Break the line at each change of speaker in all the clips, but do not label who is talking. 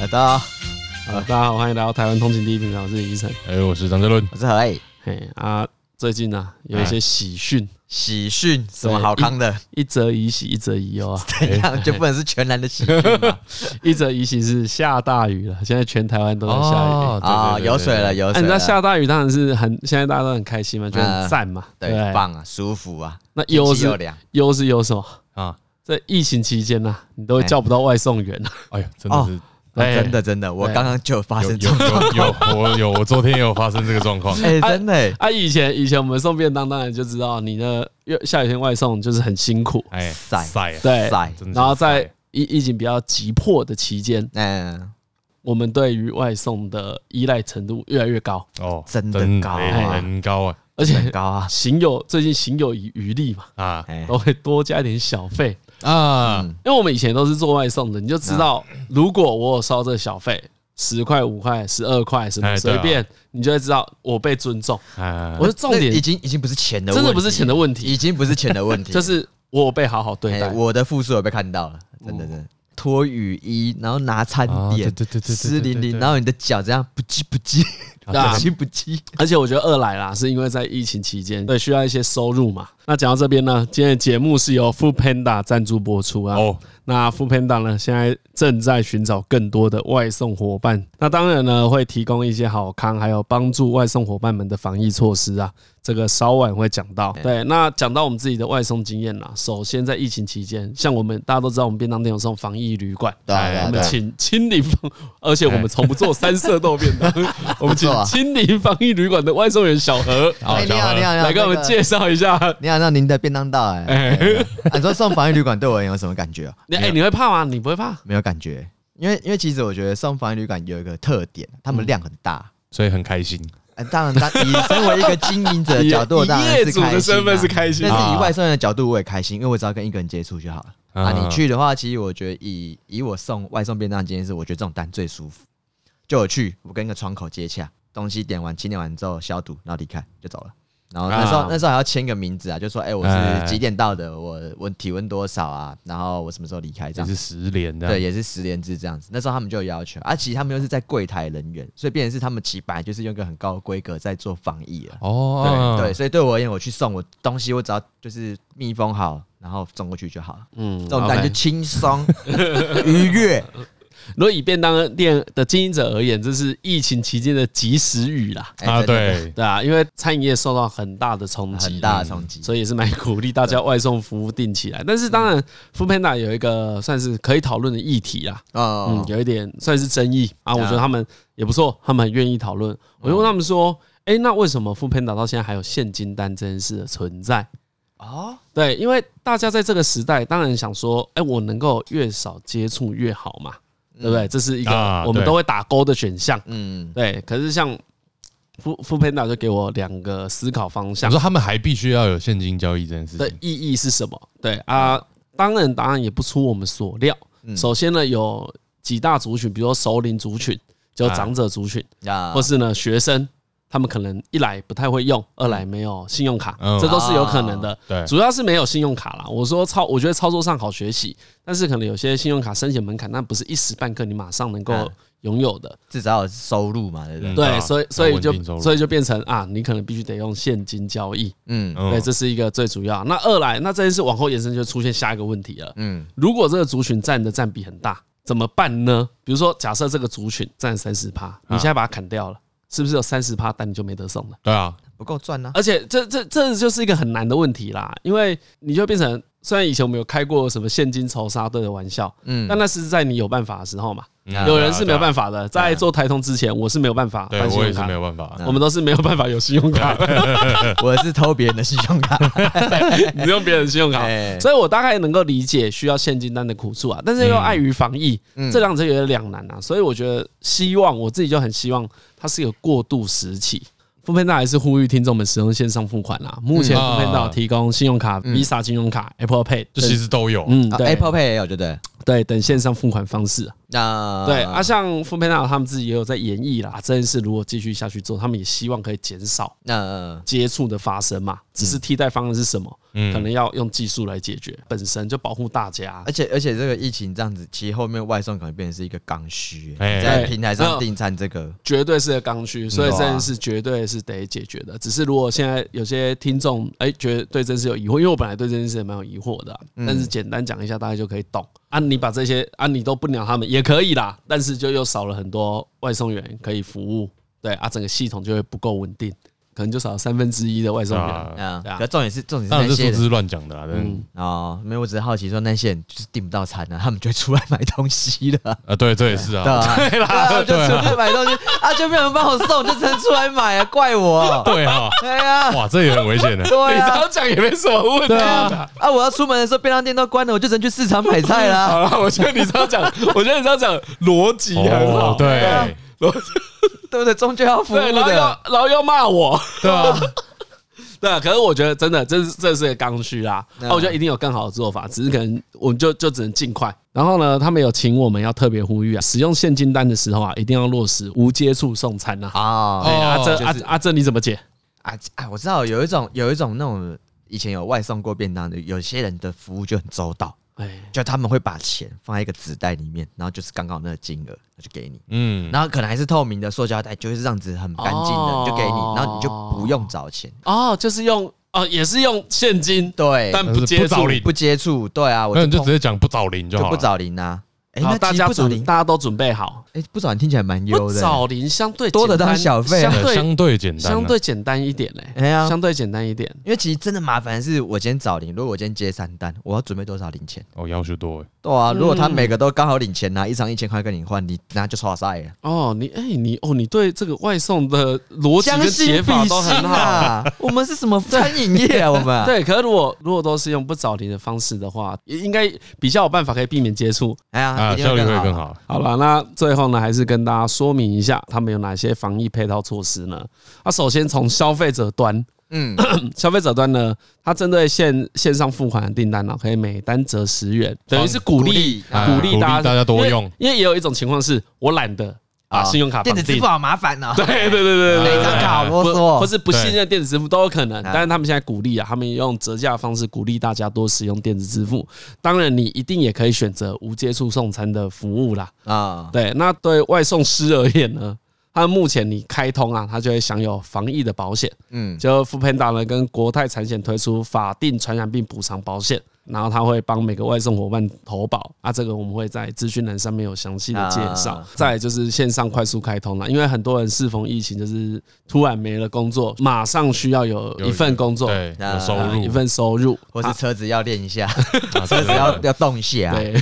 哎，大家好，
呃，大家好，欢迎来到台湾通勤第一品牌，我是李依晨。
哎、我是张哲伦。
我是何爱。
嘿啊，最近啊有一
哎
些喜讯，
喜讯什么好康 的？
一则以喜，一则以 忧啊。
怎样就不能是全然的喜讯吗？
一则以喜是下大雨了，现在全台
哦
湾都在
哦
下雨。
啊，有水了，。有
哎，
水
你知道
了，
下大雨当然是很，现在大家都很开心嘛，觉得很赞嘛，对
对
不对？，
棒啊，舒服啊，
那忧
天气又
是
凉，
忧是忧什么？
啊，
在疫情期间呐，你都会叫不到外送员啊。
哎呀，真的是
啊
哎
哎真的真的，我
对
刚刚就有发
有
生这种，
有有有，我有我昨天也有发生这个状况。
哎，
哎
真的哎
啊，以前以前我们送便当，当然就知道你的下雨天外送就是很辛苦，
哎，
晒
晒啊，
对，
晒，
真的是
然后在
晒
疫疫情比较急迫的期间，
嗯，
我们对于外送的依赖程度越来越高，
哦，
真的高啊
哎很高啊
而
很
且
高啊，
行有最近行有余余力嘛，
啊
哎，
都会多加一点小费，
啊！
嗯
因为我们以前都是做外送的，你就知道，如果我有收这个小费。十块、五块、十二块，什么
哎对
随
啊
便，你就会知道我被尊重。
啊
我的重
那
点
已经已经不是钱的问
真
题，
的不是钱的问题，
已经不是钱的问题，
就是我被好好对
哎
待。
我的付出有被看到了，真的真的。脱雨衣，然后拿餐
啊
点，
对对对对对
湿淋
对对
淋，
对
然后你的脚这样不叽不叽，
啊
不叽不叽，
而且我觉得二来啦，是因为在疫情期间，对需要一些收入嘛。那讲到这边呢，今天的节目是由 Food Panda 赞助播出啊。
哦，
那 Food Panda 呢，现在正在寻找更多的外送伙伴。那当然呢，会提供一些好康，还有帮助外送伙伴们的防疫措施啊。这个稍晚会讲到。对，那讲到我们自己的外送经验啦，首先在疫情期间，像我们大家都知道，我们便当店有送防疫旅馆。
对啊对
我
啊
们
对啊，
请亲临防，而且我们从不做三色豆便 当，我们请
不错啊
亲临防疫旅馆的外送员小何
哎，你好，你好，你好，
来给我们
借。
介绍一下。
你好，那您的便当到 哎、哎啊你说送防疫旅馆对我而言有什么感觉、啊？
你哎，你会怕吗？你不会怕？
没有感觉，因为因为其实我觉得送防疫旅馆有一个特点，他们量很大。
嗯
所以很开心。
哎，当然，当以身为一个经营者的角度，当然
以业
是
主
开
的
心、
身份
啊
是。开心
但
的，
是以外送人的角度，我也开心，因为我只要跟一个人接触就好了。啊，
嗯
你去的话，其实我觉得以以我送外送便当这件事，我觉得这种单最舒服。就我去，我跟一个窗口接洽，东西点完清点完之后消毒，然后离开就走了。然后那时候、
啊
那时候还要签个名字啊，就说哎、我
哎
是几点到的，我我体温多少啊，然后我什么时候离开这
这
样。
是十连的，
对，也是十连制这样子。那时候他们就有要求，啊，其实他们又是在柜台人员，所以变成是他们其实本来就是用一个很高的规格在做防疫了。
哦，
对，，所以对我而言，我去送我东西，我只要就是密封好，然后送过去就好了。
嗯
这种感觉
OK
轻 松、愉悦，
如果以便当店的经营者而言，这是疫情期间的及时雨啦，
哎
啊，
真的
对，
对啊，因为餐饮业受到很大的冲击，
很大的冲击。
所以也是蛮鼓励大家外送服务定起来。但是当
嗯
然，Food Panda 有一个算是可以讨论的议题啦，嗯
哦，，
有一点算是争议啊。我
啊哦
觉得他们也不错，他们很愿意讨论。我就问他们说：“诶，那为什么 Food Panda 到现在还有现金单这件事的存在？”
哦，
对，因为大家在这个时代，当然想说，哎、我能够越少接触越好嘛，对不对？这是一个
啊
我们
对
都会打勾的选项。
嗯，
对，可是像富富佩娜就给我两个思考方
想
向
说他们还必须要有现金交易这件事
的
情。
意义是什么？对啊，当然答案也不出我们所料。首先呢，有几大族群，比如说首领族群，就长者族群，
呀
啊或是呢学生，他们可能一来不太会用，二来没有信用卡，
嗯
这都是有可能的。
对，
主要是没有信用卡啦。我说操，我觉得操作上好学习，但是可能有些信用卡申请门槛，那不是一时半刻你马上能够
嗯
拥有的。
至少有收入嘛，对不对？
哎嗯
对，
啊
所以
那
所以
稳定收
就
入
所以就变成啊，你可能必须得用现金交易。
嗯
嗯
对，这是一个最主要。那二来，那这件事往后延伸就出现下一个问题了。
嗯，
如果这个族群占的占比很大，怎么办呢？比如说，假设这个族群占三十趴，
啊
你现在把它砍掉了，是不是有三十趴单你就没得送了？
对啊，
不够赚呢。
而且这这这就是一个很难的问题啦，因为你就变成虽然以前我们有开过什么现金仇杀队的玩笑，
嗯
但，那是在你有办法的时候嘛。
嗯
有人是没有办法
法，
的，在做台通之前，我是没有办法
啊对啊
办
对
信
我
用
也是没
卡。
有办法。
嗯
我们都是没有办法有信用卡，
呃
我是偷别人的信用 卡，
你用别人的信用卡，
哎
所以我大概能够理解需要现金单的苦处啊，但是又碍于防疫，
嗯
这两者有点两难啊，所以我觉得希望我自己就很希望它是一个过渡时期。富佩纳还是呼吁听众们使用线上付款啦、目前
嗯
富
啊
佩纳提供信用卡、Visa 金融卡、Apple Pay，
就其实都有，
嗯，
嗯啊
对
Apple Pay 也有，对不对？
对，等线上付款方式啊。
那
对啊，像富佩纳他们自己也有在演绎啦，这件事如果继续下去做，他们也希望可以减少
那
接触的发生嘛。
嗯
只是替代方案是什么，
嗯
可能要用技术来解决，本身就保护大家
而。且而且这个疫情这样子，其实后面外送可能变成是一个刚需、
哎
你在
对
平台
嗯
上订餐这个，
绝对是个刚需，所以
嗯
这
对啊
件事绝对是得解决的。只是如果现在有些听众哎，觉得对这件事有疑惑，因为我本来对这件事也蛮有疑惑的啊、
嗯
但是简单讲一下，大家就可以懂。啊，你把这些啊，你都不鸟他们也可以啦，但是就又少了很多外送员可以服务，对啊，整个系统就会不够稳定，可能就少了三分之一的外送员。
啊，
嗯
对啊，
可重点是重点
当然
是那
这数
些
字
人
是乱讲的啊，嗯
嗯
哦，没有，我只是好奇说那些人就是订不到餐了、他们就出来买东西了，
啊，对，这也是
对
啊，
啊，对啦，就出来买东西，啊，就没有人帮我送，就只能出来买啊，怪我哦，
对啊，
哎呀，
哇，这也很危险的，
对
你这
啊，
样讲也没什么问题
对
啊。
啊，啊，我要出门的时候便当店都关了，我就只能去市场买菜啦，
好了，我觉得你这样讲，我觉得你这样讲逻辑很好
哦，，
啊
对，
对不对？终究要服务
对，然后又
的，
然后又骂我。
对啊，
对啊，可是我觉得真的，这是这是个刚需啦。
嗯
那、我觉得一定有更好的做法，只是可能我们就就只能尽快。然后呢，他们有请我们要特别呼吁啊，使用现金单的时候啊，一定要落实无接触送餐啊。
啊
哎、啊
哦
这、
就是
啊啊这你怎么解？
啊啊！我知道有一种有一种那种以前有外送过便当的，有些人的服务就很周到，
哎，
就他们会把钱放在一个纸袋里面，然后就是刚好那个金额，他就给你。
嗯，
然后可能还是透明的塑胶袋，就是这样子很干净的，
哦
就给你，然后你就不用找钱。
哦，就是用哦，也是用现金，
对，
但
但
不
是
接
不
触
找。零，
不接触，对啊，我
那你就
碰
直接讲不找零就
就
好
不
了，
找零啊。哎，
好，
那
大
其
家
实不找
准
零，
大家都准备好，
哎，不找零听起来蛮优
不
的。
找零相对
多的
简单
当小费啊
相
对
对
相对简单啊，
相对简单一点嘞、
哎呀
相对简单一点。
因为其实真的麻烦的是，我今天找零，如果我今天接三单，我要准备多少零钱？
哦，要求多哎，
对啊，如果他每个都刚好领钱拿、一张一千块跟你换，你那就刷赛了。
哦，你哎、你哦，你对这个外送的逻辑
将
跟
心
解
比
法都
心
很好。
啊！ 我们是什么餐饮业啊？我们啊
对，可是如果如果都是用不找零的方式的话，也应该比较有办法可以避免接触。
哎呀，
啊，
一定
效率会更
好。
好，
好了，那最后呢，还是跟大家说明一下，他们有哪些防疫配套措施呢？那、首先从消费者端，
嗯，
消费者端呢，它针对线线上付款的订单呢、可以每单折十元，等于是 鼓励
啊
哦鼓
励大家
励大家多用
因为，因为也有一种情况是我懒得把
啊
信用卡绑
电子支
定
付，好麻烦哦，
对对对对对
每
对，
张卡好啰
不
嗦，
或是不信
对
任电子支付都有可能。
啊
但是他们现在鼓励啊，他们用折价的方式鼓励大家多使用电子支付。当然，你一定也可以选择无接触送餐的服务啦。
啊，
对，那对外送师而言呢？他目前你开通啊，他就会享有防疫的保险。
嗯，
就 f o o Panda 呢跟国泰产险推出法定传染病补偿保险，然后他会帮每个外送伙伴投保啊，这个我们会在资讯栏上面有详细的介绍
啊。
再来就是线上快速开通了，因为很多人适逢疫情，就是突然没了工作，马上需要有
有
一份工作。
对，
那
有收
啊
入，
一份收入，
或是车子要练一下，
啊
车子要
对
要动一下，
对，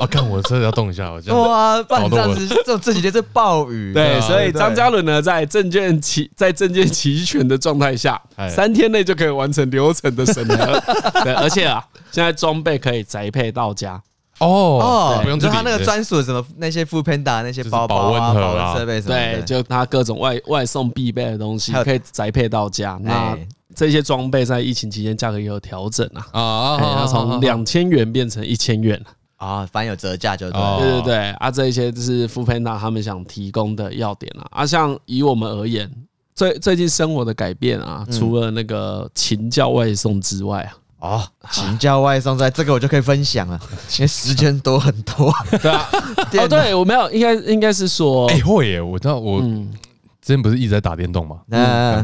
啊，看我车子要动一下，我这样
哇，不然这样子这种这几天是暴雨，
对，
啊
所以
对
张嘉伦呢，在证券齐在证券齐全的状态下，
哎
三天内就可以完成流程的审 核。对，而且啊，现在装备可以宅配到家。
哦
哦，，
不用
就
自
是
己
他那个专属的什么那些 Food Panda 那些
就是
包包啊、
保温
保
盒啊
温设备什么的，哎
对，就它各种外外送必备的东西
还有
可以宅配到家。那
哎
这些装备在疫情期间价格也有调整啊，
啊啊
哦
哎它从两千元变成一千元了。
啊，反正有折价就对
哦
了，
对对对，啊，这一些就是 f o o Panda 他们想提供的要点啦、啊。像以我们而言，最最近生活的改变啊，
嗯
除了那个勤教外送之外啊，
哦，请叫外送在这个我就可以分享 了，因为时间多很多，
对啊，
电
哦，对我没有，应该应该是说，
哎会耶，我知道我
嗯
之前不是一直在打电动嘛，
那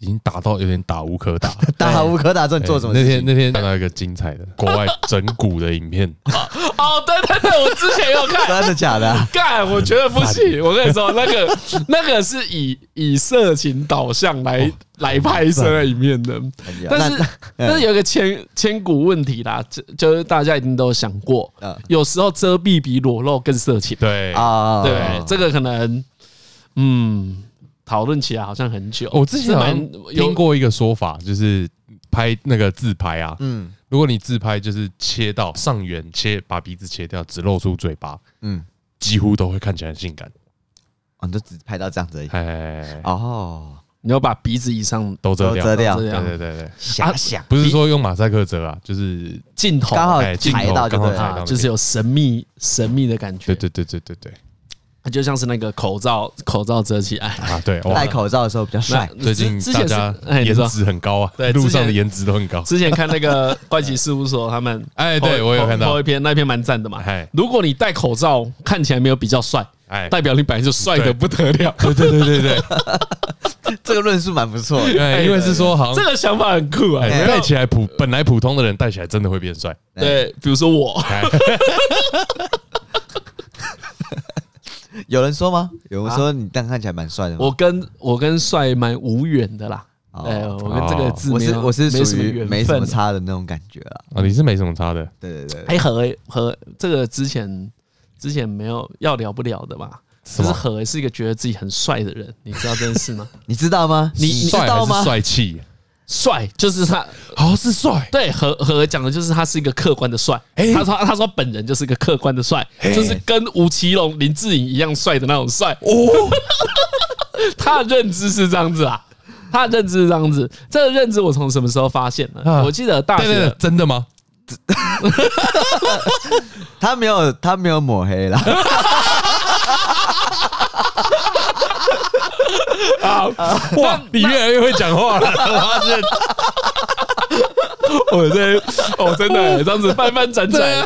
已经打到有点打无可打。
打无可打之后你 做什么
哎
事
那
情？
天那天看到一个精彩的国外整蛊的影片，
哦，对对对，我之前有看。
真的假的啊？
干，我觉得不行。我跟你说，那个 那个是以以色情导向来、
哦
来拍摄在里面的，但是
嗯
但是有一个千千古问题啦，就就是大家一定都有想过，
嗯
有时候遮蔽比裸露更色情，
对啊，
啊，
对不对？这个可能，嗯，讨论起来好像很久。
哦我之前好像
是蛮有
听过一个说法，就是拍那个自拍啊，
嗯
如果你自拍就是切到上缘切，把鼻子切掉，只露出嘴巴，
嗯，
几乎都会看起来很性感。
哦，你就只拍到这样子而已。
哎，
哦，
你要把鼻子以上
都遮
都
掉，
遮
对
掉
这，样
对对对，
遐想
不是说用马赛克遮啊，就是
镜头
刚好
哎镜
踩
头
到就
刚好
对
踩
了，
到那
啊，
边，
就是有神秘神秘的感觉。
对对对对对对
它就像是那个口罩口罩遮起来。
啊， 对哇
戴，口罩的时候比较帅。
最近
之
大
之前是
家
哎你
颜
说
值很高啊，
对
路上
之
的
前
颜值都很高，
之前看那个 怪奇事务所，他们
哎对
po-
我有看到
po- po 一篇，那篇蛮赞的嘛
哎。
如果你戴口罩看起来没有比较帅，
哎，
代表你本来就帅的
对
不得了。
对对对对 对，
这个论述蛮不错 的，
哎，因为是说好
这
像
个想法很酷啊！
哎
不要
戴起来普本来普通的人戴起来真的会变帅，
对，比如说我，
哎
有人说吗？有人说你但看起来蛮帅的吗？
我跟我跟帅蛮无缘的啦。
哦
哎，我跟这个字
我
没
是
有，啊
我是
没什
属
么
于
缘
没什
分
么
啊。
差的那种感觉啦。
哦，你是没什么差的，
对对对，
哎，何何这个之前之前没有要聊不了的嘛？
什
就
么
是何是一个觉得自己很帅的人，你知道这件事吗？
你知道吗？你你知
帅还
道吗
是？帅气？
帅就是他，
好是帅，
对何何讲的就是他是一个客观的帅。
哎
他说他说本人就是一个客观的帅，就是跟吴奇隆、林志颖一样帅的那种帅。
哦，
他的认知是这样子啊，他的认知是这样子。这个认知我从什么时候发现的？
啊
我记得大
对对
学
对，真的吗？
他没有他没有抹黑啦，
啊
哇，你越来越会讲话了，我发 现。
我在哦，真的这样子翻翻转
啊
转，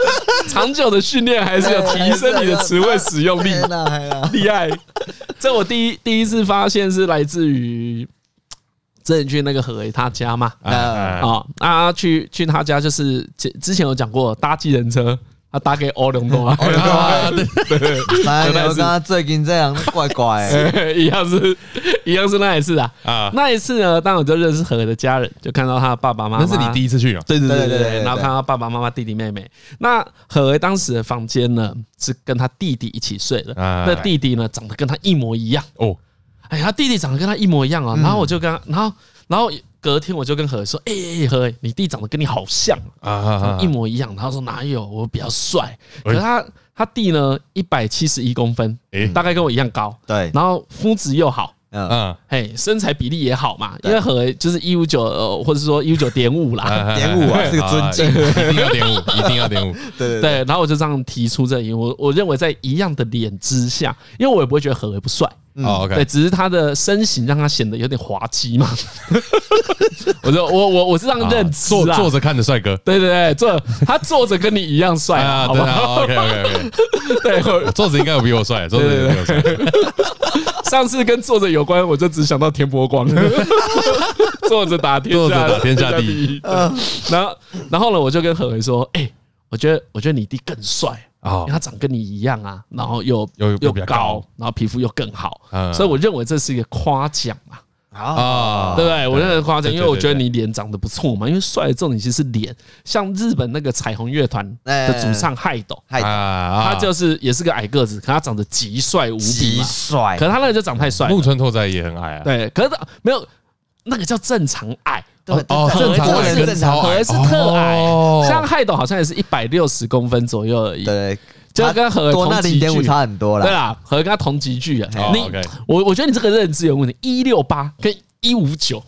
长久的训练还是有提升你的词汇使用 力，
天哪哎
啊
呀
厉害。这我第一第一次发现是来自于郑宇去那个何为他家嘛，
哎哎哎
啊啊，去去他家就是之之前有讲过搭计程车，他搭给欧龙东啊，
哎
嗯
啊对
来，我刚刚最近这样怪怪欸，
一样是一样是那一次啊，
啊，
那一次呢，当然我就认识何何的家人，就看到他的爸爸妈妈。
那是你第一次去啊？
对对
对对对对
然后看到爸爸妈妈、弟弟妹妹。那何何当时的房间呢，是跟他弟弟一起睡的。
啊
那弟弟呢，长得跟他一模一样。
哦，
哎，他弟弟长得跟他一模一样啊。然后我就跟他，然后然后隔天我就跟何何说：“哎、哎哎何何，你弟长得跟你好像啊，
啊啊啊
一模一样。”他说：“哪有，我比较帅。”可
哎
是他他弟呢，一百七十一公分，
哎
大概跟我一样高，
对，
然后肤质又好。
嗯，
啊，
嘿，身材比例也好嘛，因
对
为和就是一五九，呃或者说一五九点五啦，
点五
哎
啊，是个尊敬，
一定要点五，一定要点五，
对对，
对。然后我就这样提出这个疑问，我我认为在一样的脸之下，因为我也不会觉得何为不帅，
嗯
哦
对，
，OK，
只是他的身形让他显得有点滑稽嘛。 我就我我我是这样认啊知
啊坐
啦，
坐着看的帅哥
对对对，坐他坐着跟你一样帅啊，好
对
吧？
啊，OK 啊 OK
对，我
OK，坐着应该有比我帅，坐着有比我帅，
上次跟坐着有关，我就只想到田伯 光，坐着打天下，
坐着打天下第
一。嗯然后，然后呢，我就跟何为说，哎、我觉得，我觉得你弟更帅，因
哦
为他长跟你一样啊，然后又
又又
又
比较
高
高，
然后皮肤又更好，
嗯
所以我认为这是一个夸奖嘛。
好，
啊
对不对？我认为夸奖，因为我觉得
对
你脸长得不错嘛。因为帅的重点其实是脸，像日本那个彩虹乐团的主唱海斗，
对
太
啊，
他就是也是个矮个子，可他长得极帅无比
极
嘛。
帅
可，他那个就长太帅了，
木村拓哉也很矮啊，
对，可是没有那个叫正常矮，
对
哦
对
正常
我
我
也
矮
是
是
跟
正常
超
矮
我
矮
也是特矮
哦，
像海斗好像也是一百六十公分左右而已，
对，
就跟何
多那
同
零
级
点五
距。
差很多
对
啦，
啦，何跟他同级距啊
哦，
你
OK
我我觉得你这个认知有问题，一六八跟一五九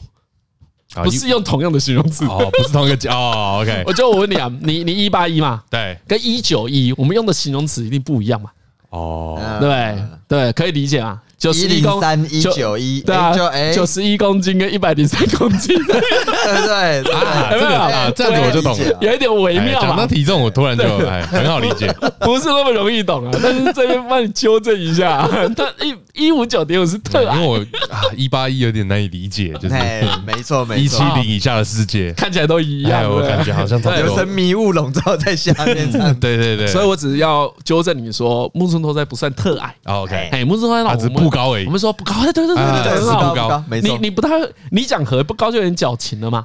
啊
哦
不是用同样的形容词。
哦，不是同一个家哦，OK，
我就我问你啊，你你一八一嘛，
对，
跟一九一，我们用的形容词一定不一样嘛，
哦，
嗯
对对，可以理解嘛？九
一
十一
零
公
三一九一，
对啊
哎就，哎，
九十一公斤跟一百零三公斤，
对对对
啊，这个啊，这样子我就懂了。
有啊一点微
哎
妙
讲到
嘛，
体重，我突然就哎，很好理解。
不是那么容易懂啊。 但是这边帮你纠正一下、 啊，他一一五九点五是特
因为
矮，
我啊一八一有点难以理解，就是
哎，没错没
一七
错，
零以下的世界，
看起来都一
哎，
样，
我
对不
感
对
觉好像差不
有
多嗯
层。迷雾笼罩在下面，这样
对对对，
所以我只是要纠正你说，木村拓哉不算特矮，
哦 OK，
哎，木村拓哉
他
老
只是不，
我
高而
们
已
我。们说不高，对 对对对
啊
对对，
对
很
不
好
是
哎高
不高
不高，没
你
错，
你不太你讲和不高就有点矫情了 嘛，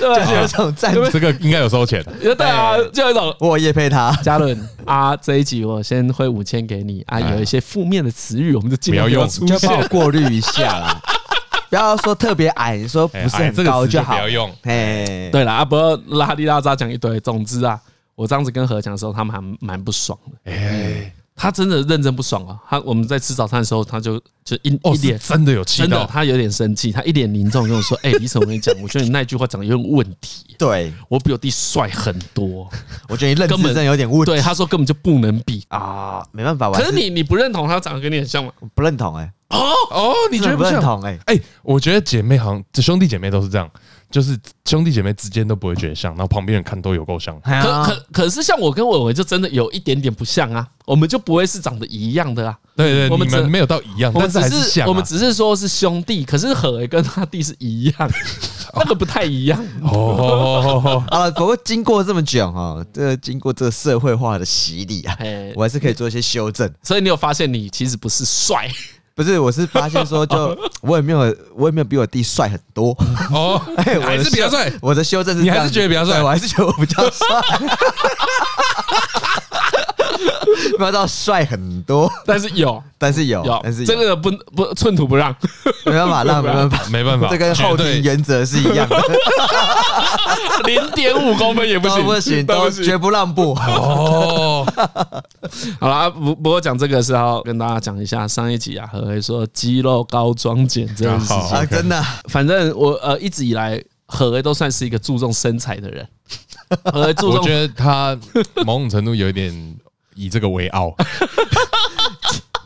对
就是有种站
对
着，
这个应该有哎收钱的，
对啊，就有一种。
我也配他，
嘉伦啊，这一集我先汇五千给你啊，
哎
有一些负面的词语，我们就尽量
不要
要
用
出
就帮
现
我。过滤一下啦，不要说特别矮，你说不
哎
是
哎这
很
个
高
词
就
不
好
要，用。
哎，
对了啊，不要拉里拉扎讲一堆。总之啊，我这样子跟何讲的时候，他们还蛮不爽的。
哎，
他真的认真不爽啊！他我们在吃早餐的时候，他就就一
哦，
一
是
脸
真的有气
真的，
到，
他有点生气，他一脸凝重跟我说：“哎，李总，我跟你讲，我觉得你那句话讲得有点问题，
对，
我比我弟帅很多。
我觉得你认知
根本
真的有点问题
对，他说根本就不能比。
啊，没办法，我还
可是你你不认同他长得跟你很像吗？
我不认同哎，
哦，你觉
真的
得
不
不
认
像？
同哎，
哎、我觉得姐妹好像这兄弟姐妹都是这样，就是兄弟姐妹之间都不会觉得像，然后旁边人看都有够像。
哎
可
呀
可可是像我跟伟伟就真的有一点点不像啊，我们就不会是长得一样的啊。
对对
我们
你们
只
没有到一样，
我们
但
只
还是像啊、
我们只是说是兄弟，可是何跟他弟是一 样，那个不太一样。
哦哦哦哦，
啊，不过经过这么久哦，这个经过这个社会化的洗礼啊，
哎
我还是可以做一些修正。
所以你有发现你其实不是帅，
不是，我是发现说，就我也没有，我也没有比我弟帅很多。
哦
哎我的
还是比较帅。
我的修正是
你
这样子，
还是觉得比较帅
对我还是觉得我比较帅，没有到帅很多，
但是
哦
有
但是有，
有
但是，有
这个不不寸土不 让。
没办法，那没办法，
没办法
这跟后
绝对
庭原则是一样的，
零点五公分也 不
都
行，
不行，
都
都
不行。
绝不让步。啊
哦，
好啦，不不过讲这个是要跟大家讲一下，上一集啊，何何说肌肉高装减这件事
好
情。
啊，
OK
真的，
反正我呃一直以来，何何都算是一个注重身材的 人，何何注
我
重
觉得他某种程度有一点以这个为 傲，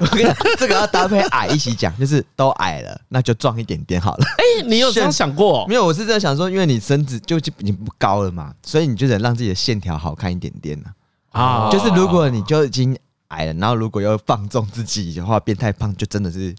我跟你讲，这个要搭配矮一起讲，就是都矮了，那就壮一点点好了。
哎你有这样想过哦？
没有，我是真的想说，因为你身子就就已经不高了嘛，所以你就得让自己的线条好看一点点呢、
啊
就是如果你就已经矮了，然后如果又放纵自己的话，变太胖就真的是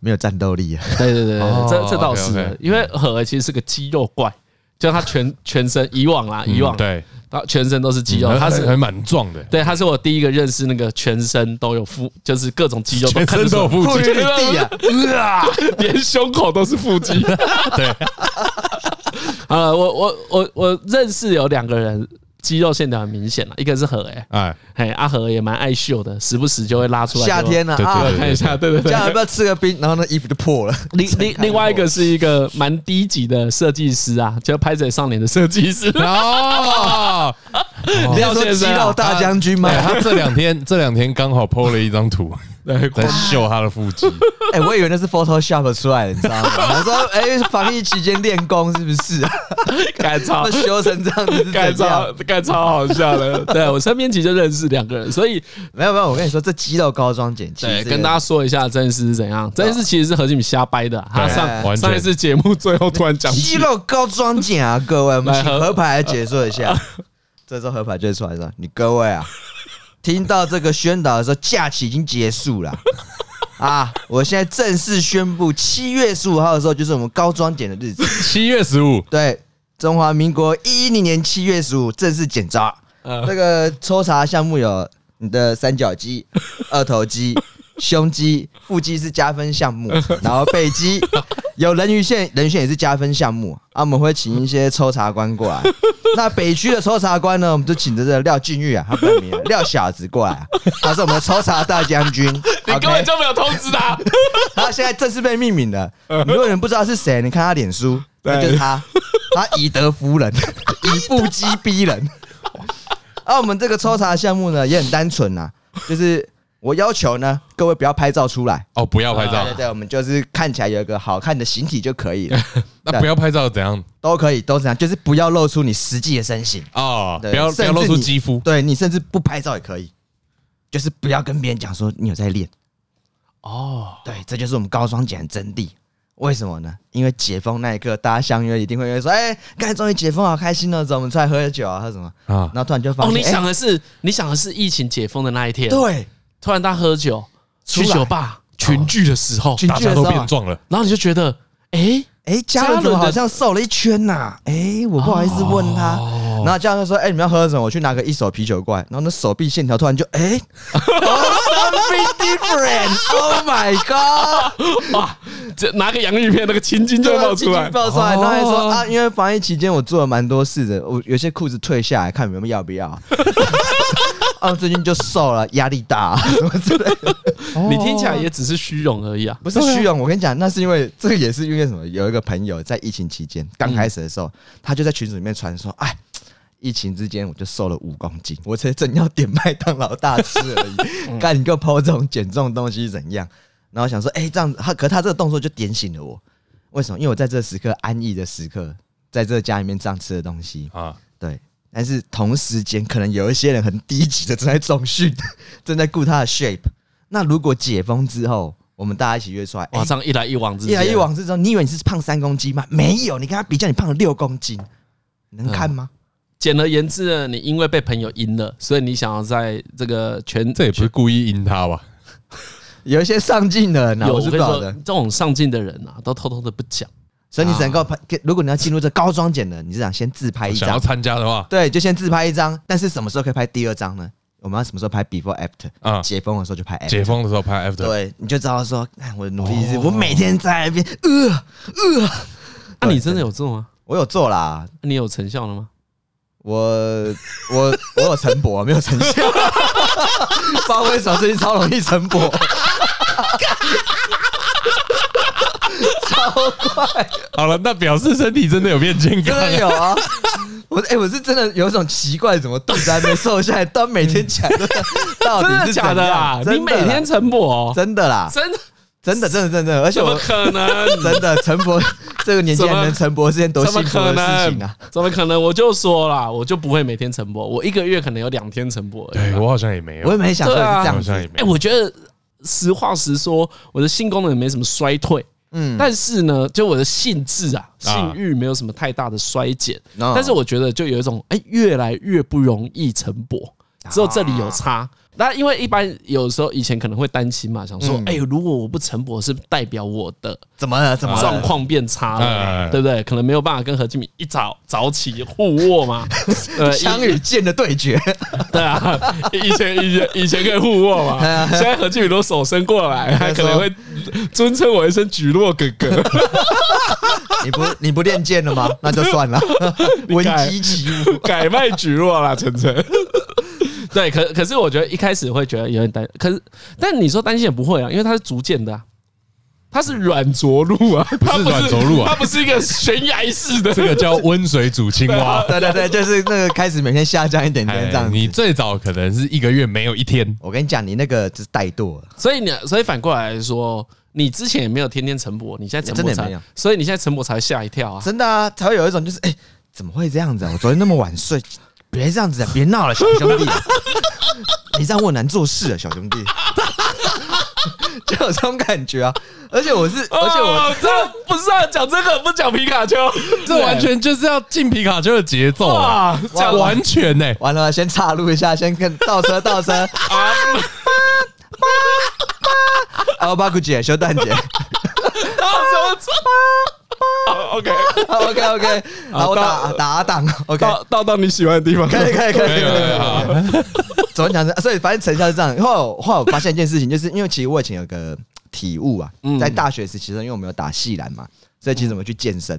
没有战斗力了。
对对对，对
哦
这这倒是
OK，OK
的，因为何其实是个肌肉怪，就他全 全身以往啊，以往
嗯，对，嗯
他全身都是肌肉，
然后
他
他
是
是还蛮壮的，
对，他是我第一个认识那个全身都有腹，就是各种肌肉都
全
看得
身
出
都有
来，
腹 肌，
地啊，
啊， 连胸口都是腹肌。
对，
啊，我我我我认识有两个人。肌肉线条很明显了，一个是何哎、
哎，
嘿，阿何也蛮爱秀的，时不时就会拉出来。
夏天呢
对对
啊，
对
看一下，对对
这
对。
样要不要吃个冰？然后那衣服就破了。 哦
另另另外一个是一个蛮低级的设计师啊，就拍水少年的设 计师。
哦，
你要说
廖先
肌
生啊
肉大将军吗？
哎他这两天这两天刚好 PO 了一 张图，在秀他的腹肌，
哎，我以为那是 Photoshop 出来的，你知 道吗？我说，哎，防疫期间练功是不是啊？
改造
那修成这样子是
盖
怎样
超？盖超好笑 的。对我身边其实就认识两个人，所以
没有没有，我跟你说，这肌肉高装减其
对
实
跟大家说一下这件事是怎样。这件事其实是何进敏瞎掰的啊，他
对
上
完全
上一次节目最后突然讲
肌
起，
肉高装减 啊，各位，我们
来
请
合
合牌来解说一 下。这时候合牌就会出来说：“你各位啊，听到这个宣导的时候，假期已经结束 了。”啊！我现在正式宣布，七月十五号的时候就是我们高装减的日子。
七月十五，
对，中华民国一零年七月十五正式检招。
呃
这个抽查项目有你的三角肌、二头肌、胸肌、腹肌是加分项目，然后背肌有人鱼线，人鱼线也是加分项目啊。我们会请一些抽查官过来。那北区的抽查官呢，我们就请着这个廖俊玉啊，他本名啊廖小子过来啊，他是我们的抽查大将军。
你根本
OK，
就没有通 知他。
他现在正式被命名了。
嗯
如果有人不知道是谁，你看他脸书，那就是他，他以德服 人，以腹肌逼人。而、我们这个抽查项目呢，也很单纯呐、就是我要求呢，各位不要拍照出来。
哦，不要拍
啊对
照
对，对，我们就是看起来有一个好看的形体就可以了，
那不要拍照怎样？
都可以，都是这样，就是不要露出你实际的身形，
哦，
对
不要不
甚
要
至
露出
你
肌肤，
对你甚至不拍照也可以，就是不要跟别人讲说你有在练。
哦，
对，这就是我们高双减的真谛。为什么呢？因为解封那一刻，大家相约一定会约说：“哎、刚才终于解封，好开心哦，走，我们出来喝酒啊，喝什么？”
啊
然后突然就发
哦，
现，
你想
哎
的是你想的是疫情解封的那一天，，
对，
突然他喝酒
出
去
来哦
酒吧群聚的时候，
群
大
聚
家
的时
都
候
变壮了，
然后你就觉得，哎，
哎、家人怎
嘉
么
伦的
好像瘦了一圈呐、哎、我不好意思问他。
哦
然后家人就说：“哎、你们要喝什么？我去拿个一手啤酒过来。”然后那手臂线条突然就 哎、哦 something different. Oh my god！
哇，这拿个洋芋片那个青筋就会冒出来，
啊爆出来。然后还
哦
说啊，因为防疫期间我做了蛮多事的，我有些裤子退下来看你们要不要。 啊，最近就瘦了，压力大，什么之类的。哦
你听起来也只是虚荣而已啊。
不是虚荣，我跟你讲，那是因为这个也是
嗯
因为什么？有一个朋友在疫情期间刚开始的时候，他就在群组里面传说，哎，疫情之间我就瘦了五公斤，我才正要点 麦当劳大吃而
嗯
已。 干你个抛这种减重东西怎样？然后想说，哎、这样他，可他这个动作就点醒了我。为什么？因为我在这时刻安逸的时刻，在这家里面这样吃的东西，
啊，
对。但是同时间，可能有一些人很低级的正在重训， 正在顾他的 shape。那如果解封之后，我们大家一起约出来，哎
哇，这样一来一往之
一
间，
来一往之中，你以为你是胖三公斤吗？没有，你跟他比较，你胖了六公斤，能看吗？
嗯简而言之呢，你因为被朋友阴了，所以你想要在这个全
这也不是故意阴他吧？
有一些上进的人啊，
有
我
我
是
跟
不
你
晓
说，
得，
这种上进的人啊，都偷偷的不讲。
所以你只能
啊
够拍。如果你要进入这高装检的，你是想先自拍一
想要
张，
参加的话，
对，就先自拍一张。但是什么时候可以拍第二张呢？我们要什么时候拍 before after？
啊
解封的时候就拍 after。
解封的时候拍 after，
对，你就知道说，哎，我的努力是，
哦
我每天在那边，呃，
那、啊你真的有做吗？啊
我有做啦，
你有成效了吗？
我我我有晨勃，没有成效，不知道为什么最近超容易晨勃，
好了，那表示身体真的有变
真
健康。
的有啊。我哎、我是真的有一种奇怪，怎么肚子还没瘦下来，到每天起来 都到底是怎样真的
啊
啊
你每天晨勃、哦，
真的啦，
真的
真的真的真的，而且
怎么
我
可能？
真的陈伯这个年纪还能陈伯是件多
怎么
幸福
可
的事情
能
啊！？
怎么可能？我就说啦，我就不会每天晨勃，我一个月可能有两天晨勃而已
对
啦。
我好像也没有，
我也没想说你是这
好
样
像也
子，
没
哎、
有。
我觉得实话实说，我的性功能也没什么衰退，
嗯，
但是呢，就我的性质啊，性
啊
欲没有什么太大的衰减，
哦
但是我觉得就有一种哎、越来越不容易晨勃，
啊
只有这里有差。那因为一般有时候以前可能会担心嘛，想
嗯
说，哎、如果我不晨勃，是不是代表我的
怎么了怎么
状
了？
况变差了，
啊哎
对不对？可能没有办法跟何金敏一早早起互握 嘛，呃，
枪与剑的对决，
对啊，以前以前以前可以互握嘛，现在何俊宇都手伸过来，他可能会尊称我一声举落哥哥。
你不你不练剑了吗？那就算 了，闻鸡起舞。
改卖举弱啦，晨晨。对，可可是我觉得一开始会觉得有点担，可是但你说担心也不会啊，因为它是逐渐的、啊，它是软着陆啊，它不
软着陆啊
它不是一个悬崖式 的。
这个叫温水煮青 蛙。
对对对，就是那个开始每天下降一点点这
哎
样
你
子。
最早可能是一个月没有一天，
我跟你讲，你那个就是怠惰了，
所以你所以反过来说，你之前也没有天天晨勃，你现在晨
真的
勃
也没
才
有，
所以你现在晨勃才吓一跳啊。
真的啊，才会有一种就是哎、怎么会这样子啊？我昨天那么晚睡，别这样子啊，别闹了，小兄弟、你这样我很难做事啊，小兄弟。 就有这种感觉啊，而且我是，而且我
哦这不是啊，讲这个不讲皮 卡丘，
这完全就是要进皮卡丘的节奏啊！
哇，
讲完全呢、
完了，先岔路一下，先跟倒车倒车。 阿巴古姐，修蛋姐
到什么错？好，OK，
，OK OK，好，啊我打打档，OK，
到到到你喜欢的地方。
可以可以可以可
没
以
有
可以
没。有，
昨天讲的， 所以反正成效是这样。后来后来我发现一件事情，就是因为其实我以前有个体悟啊，
嗯
在大学时期的时候，因为我们有打系篮嘛，所以其实我们去健身，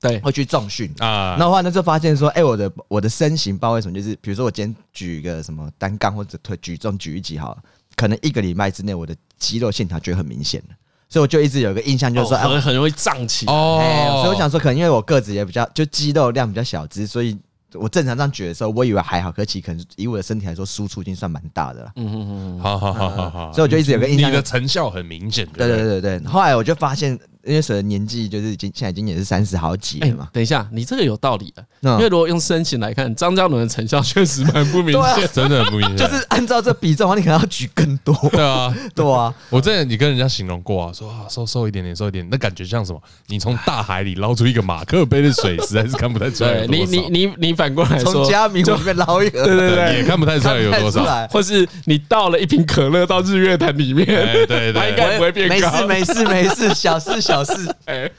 对，
会去重训。
嗯啊
哎那，的话呢，就发现说，哎、我的我的身形，不知道为什么，就是比如说我今天举一个什么单杠或者推举重举一级好了，可能一个礼拜之内，我的肌肉线条就会很明显了。所以我就一直有一个印象，就是说，哎、
很很容易胀气。
哎、
哦，
所以我想说，可能因为我个子也比较，就肌肉量比较小只，所以我正常这样举的时候，我以为还好，可其实可能以我的身体来说，输出已经算蛮大的了。
嗯嗯嗯，
哦好好好好好，
所以我就一直有个印
你
象，
的成效很明显，
对对对对对。后来我就发现，因为随着年纪，就是已经现在已经也是三十好几
哎
了嘛，，
等一下，你这个有道理啊。
嗯
因为如果用身形来看，张嘉伦的成效确 实 蛮不明
对
显。
对，真的很不明显，
就是按照这比重的话，你可能要举更多，
对啊。
对啊。
我之前你跟人家形容过啊，说啊瘦瘦一点点，瘦一点，那感觉像什么？你从大海里捞出一个马克杯的水，实在是看不太出来
对
有多
你你
少。
你你反过来
从
说，
嘉明湖里面捞一盒，对
对
对也看不太出来有多
出
少。
来。
或是你倒了一瓶可乐到日月潭里面，
哎，对
它应
对，
该不会变
没
高。
事没事没 事，小事小事
哎，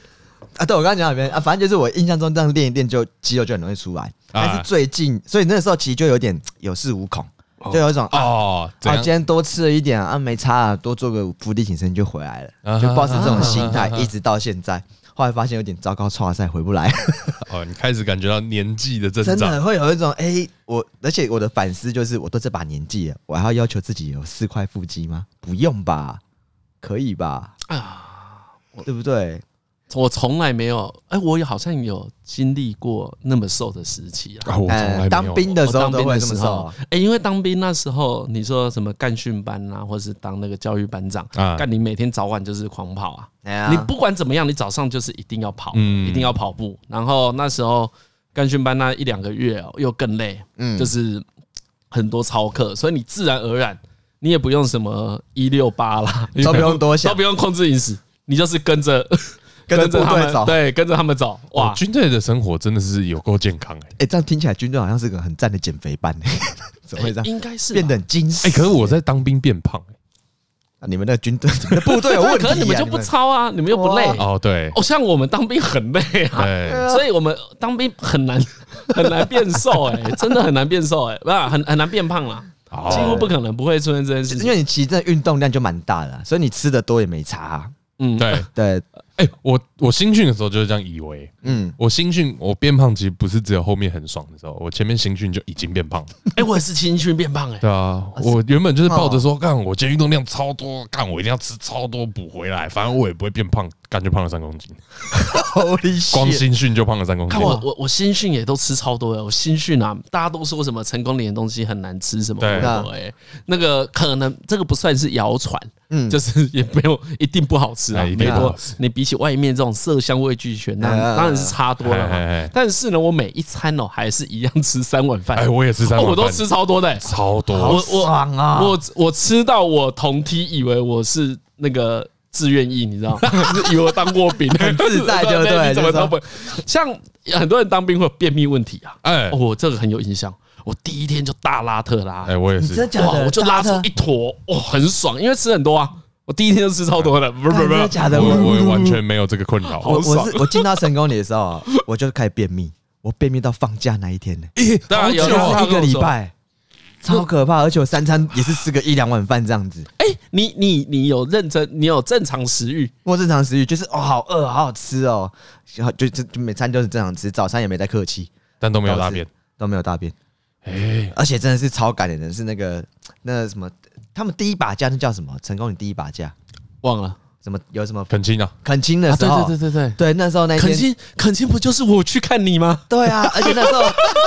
啊！对我刚刚讲哪边啊？反正就是我印象中这样练一练就肌肉就很容易出来，
啊
但是最近，所以那时候其实就有点有恃无恐，就有一种啊，
哦，这
啊今
样
天多吃了一点啊，没差啊，多做个伏地挺身就回来
啊
了，就抱持这种心态一直到现在。后来发现有点糟糕，差赛回不 来，
哦，你开始感觉到年纪的增
真
长
的会有一种哎、我而且我的反思就是，我都这把年纪了，我还要要求自己有四块腹肌吗？不用吧，可以吧？
啊，
对不对？
我从来没有，哎、我好像有经历过那么瘦的时期啊。
啊，我从来没有
呃，当兵的时候
哦我当
都
兵
会
的
这么
时
瘦
候
啊，，
哎、因为当兵那时候，你说什么干训班啊，或是当那个教育班长，
啊
干、你每天早晚就是狂跑啊。
哎呀
你不管怎么样，你早上就是一定要跑，
嗯
一定要跑步。然后那时候干训班那一两个月哦，又更累，
嗯
就是很多操课，所以你自然而然你也不用什么一六八啦，
都不用多想
都不用控制饮食，你就是跟着
跟 着部
他
队
们
走。
对，跟着他们走，
哇，
哇，
军队的生活真的是有够健康哎、
哎，这样听起来军队好像是个很赞的减肥班， 怎么会这样？
应该是吧啊
变得很精实。
哎、可是我在当兵变胖、欸、
啊你们的军队、你们的部队有问题啊，
可是你们就不操啊，你们又不累
哇
哦，哎对，
哦，像我们当兵很累啊，
对，
所以我们当兵很难 很难变瘦哎、真的很难变瘦哎、不是啊很很难变胖啦，
好
几乎不可能不会出现这件事
因
情。
为你其实真的运动量就蛮大的啊，所以你吃的多也没差啊。
嗯，
对，
对，
哎、我我新训的时候就是这样以为，
嗯，
我新训我变胖其实不是只有后面很爽的时候，我前面新训就已经变胖了。
哎、我也是青训变胖哎、
对啊，我原本就是抱
啊
着说，干我今天运动量超多，干我一定要吃超多补回来，反正我也不会变胖，干就胖了三公 斤，
好理
光新训就胖了三公斤
看。我我我新训也都吃超多的，我新训啊，大家都说什么成功脸的东西很难吃什么
对
我哎，那个可能这个不算是谣传，
啊嗯
就是 也没有一定不好吃啊，
哎一
没
定不
多
好吃，
你比起外面这种色香味俱全，那
哎
当然是差多了
哎哎
嘛
哎。
但是呢，我每一餐哦还是一样吃三碗饭，
哎，我也吃三
哦
碗，
我都吃超多 的欸，
超
好
多，
爽啊！
我我吃到我同梯以为我是那个志愿役，你知 道吗？就是以为我当过兵，
很自 在就对
你怎么都不像很多人当兵会有便秘问题啊。
哎
哦我这个很有印象，我第一天就大拉特拉，
哎，我也是，
假
哇，我就拉出一坨，哇，很爽，因为吃很多啊。我第一天就吃超多的，不是
干
不是不
哎真的
是，
假的？
我我也
我
完全没有这个困扰。
我
好爽
我是我进到成功里的时候啊，我就开始便秘，我便秘到放假那一天呢，
当然啊有
就
有有
啊是一个礼。拜，超可怕，而且我三餐也是吃个一两碗饭这样子。
哎，你你你有认真，你有正常食欲，
我正常食欲就是哦，好饿，好好吃哦，然后就就就每餐都是正常吃，早餐也没在客气，
但都没有大便。
都没有大便，
哎，
而且真的是超感人的，是那个那什么，他们第一把架那叫什么？成功你第一把架，
忘了
什么有什么
肯亲啊，
恳亲
啊
的时
对
候，
对对对对，
对那时候那一
肯
天，
亲肯亲不就是我去看你 吗？
对啊，而且那 时候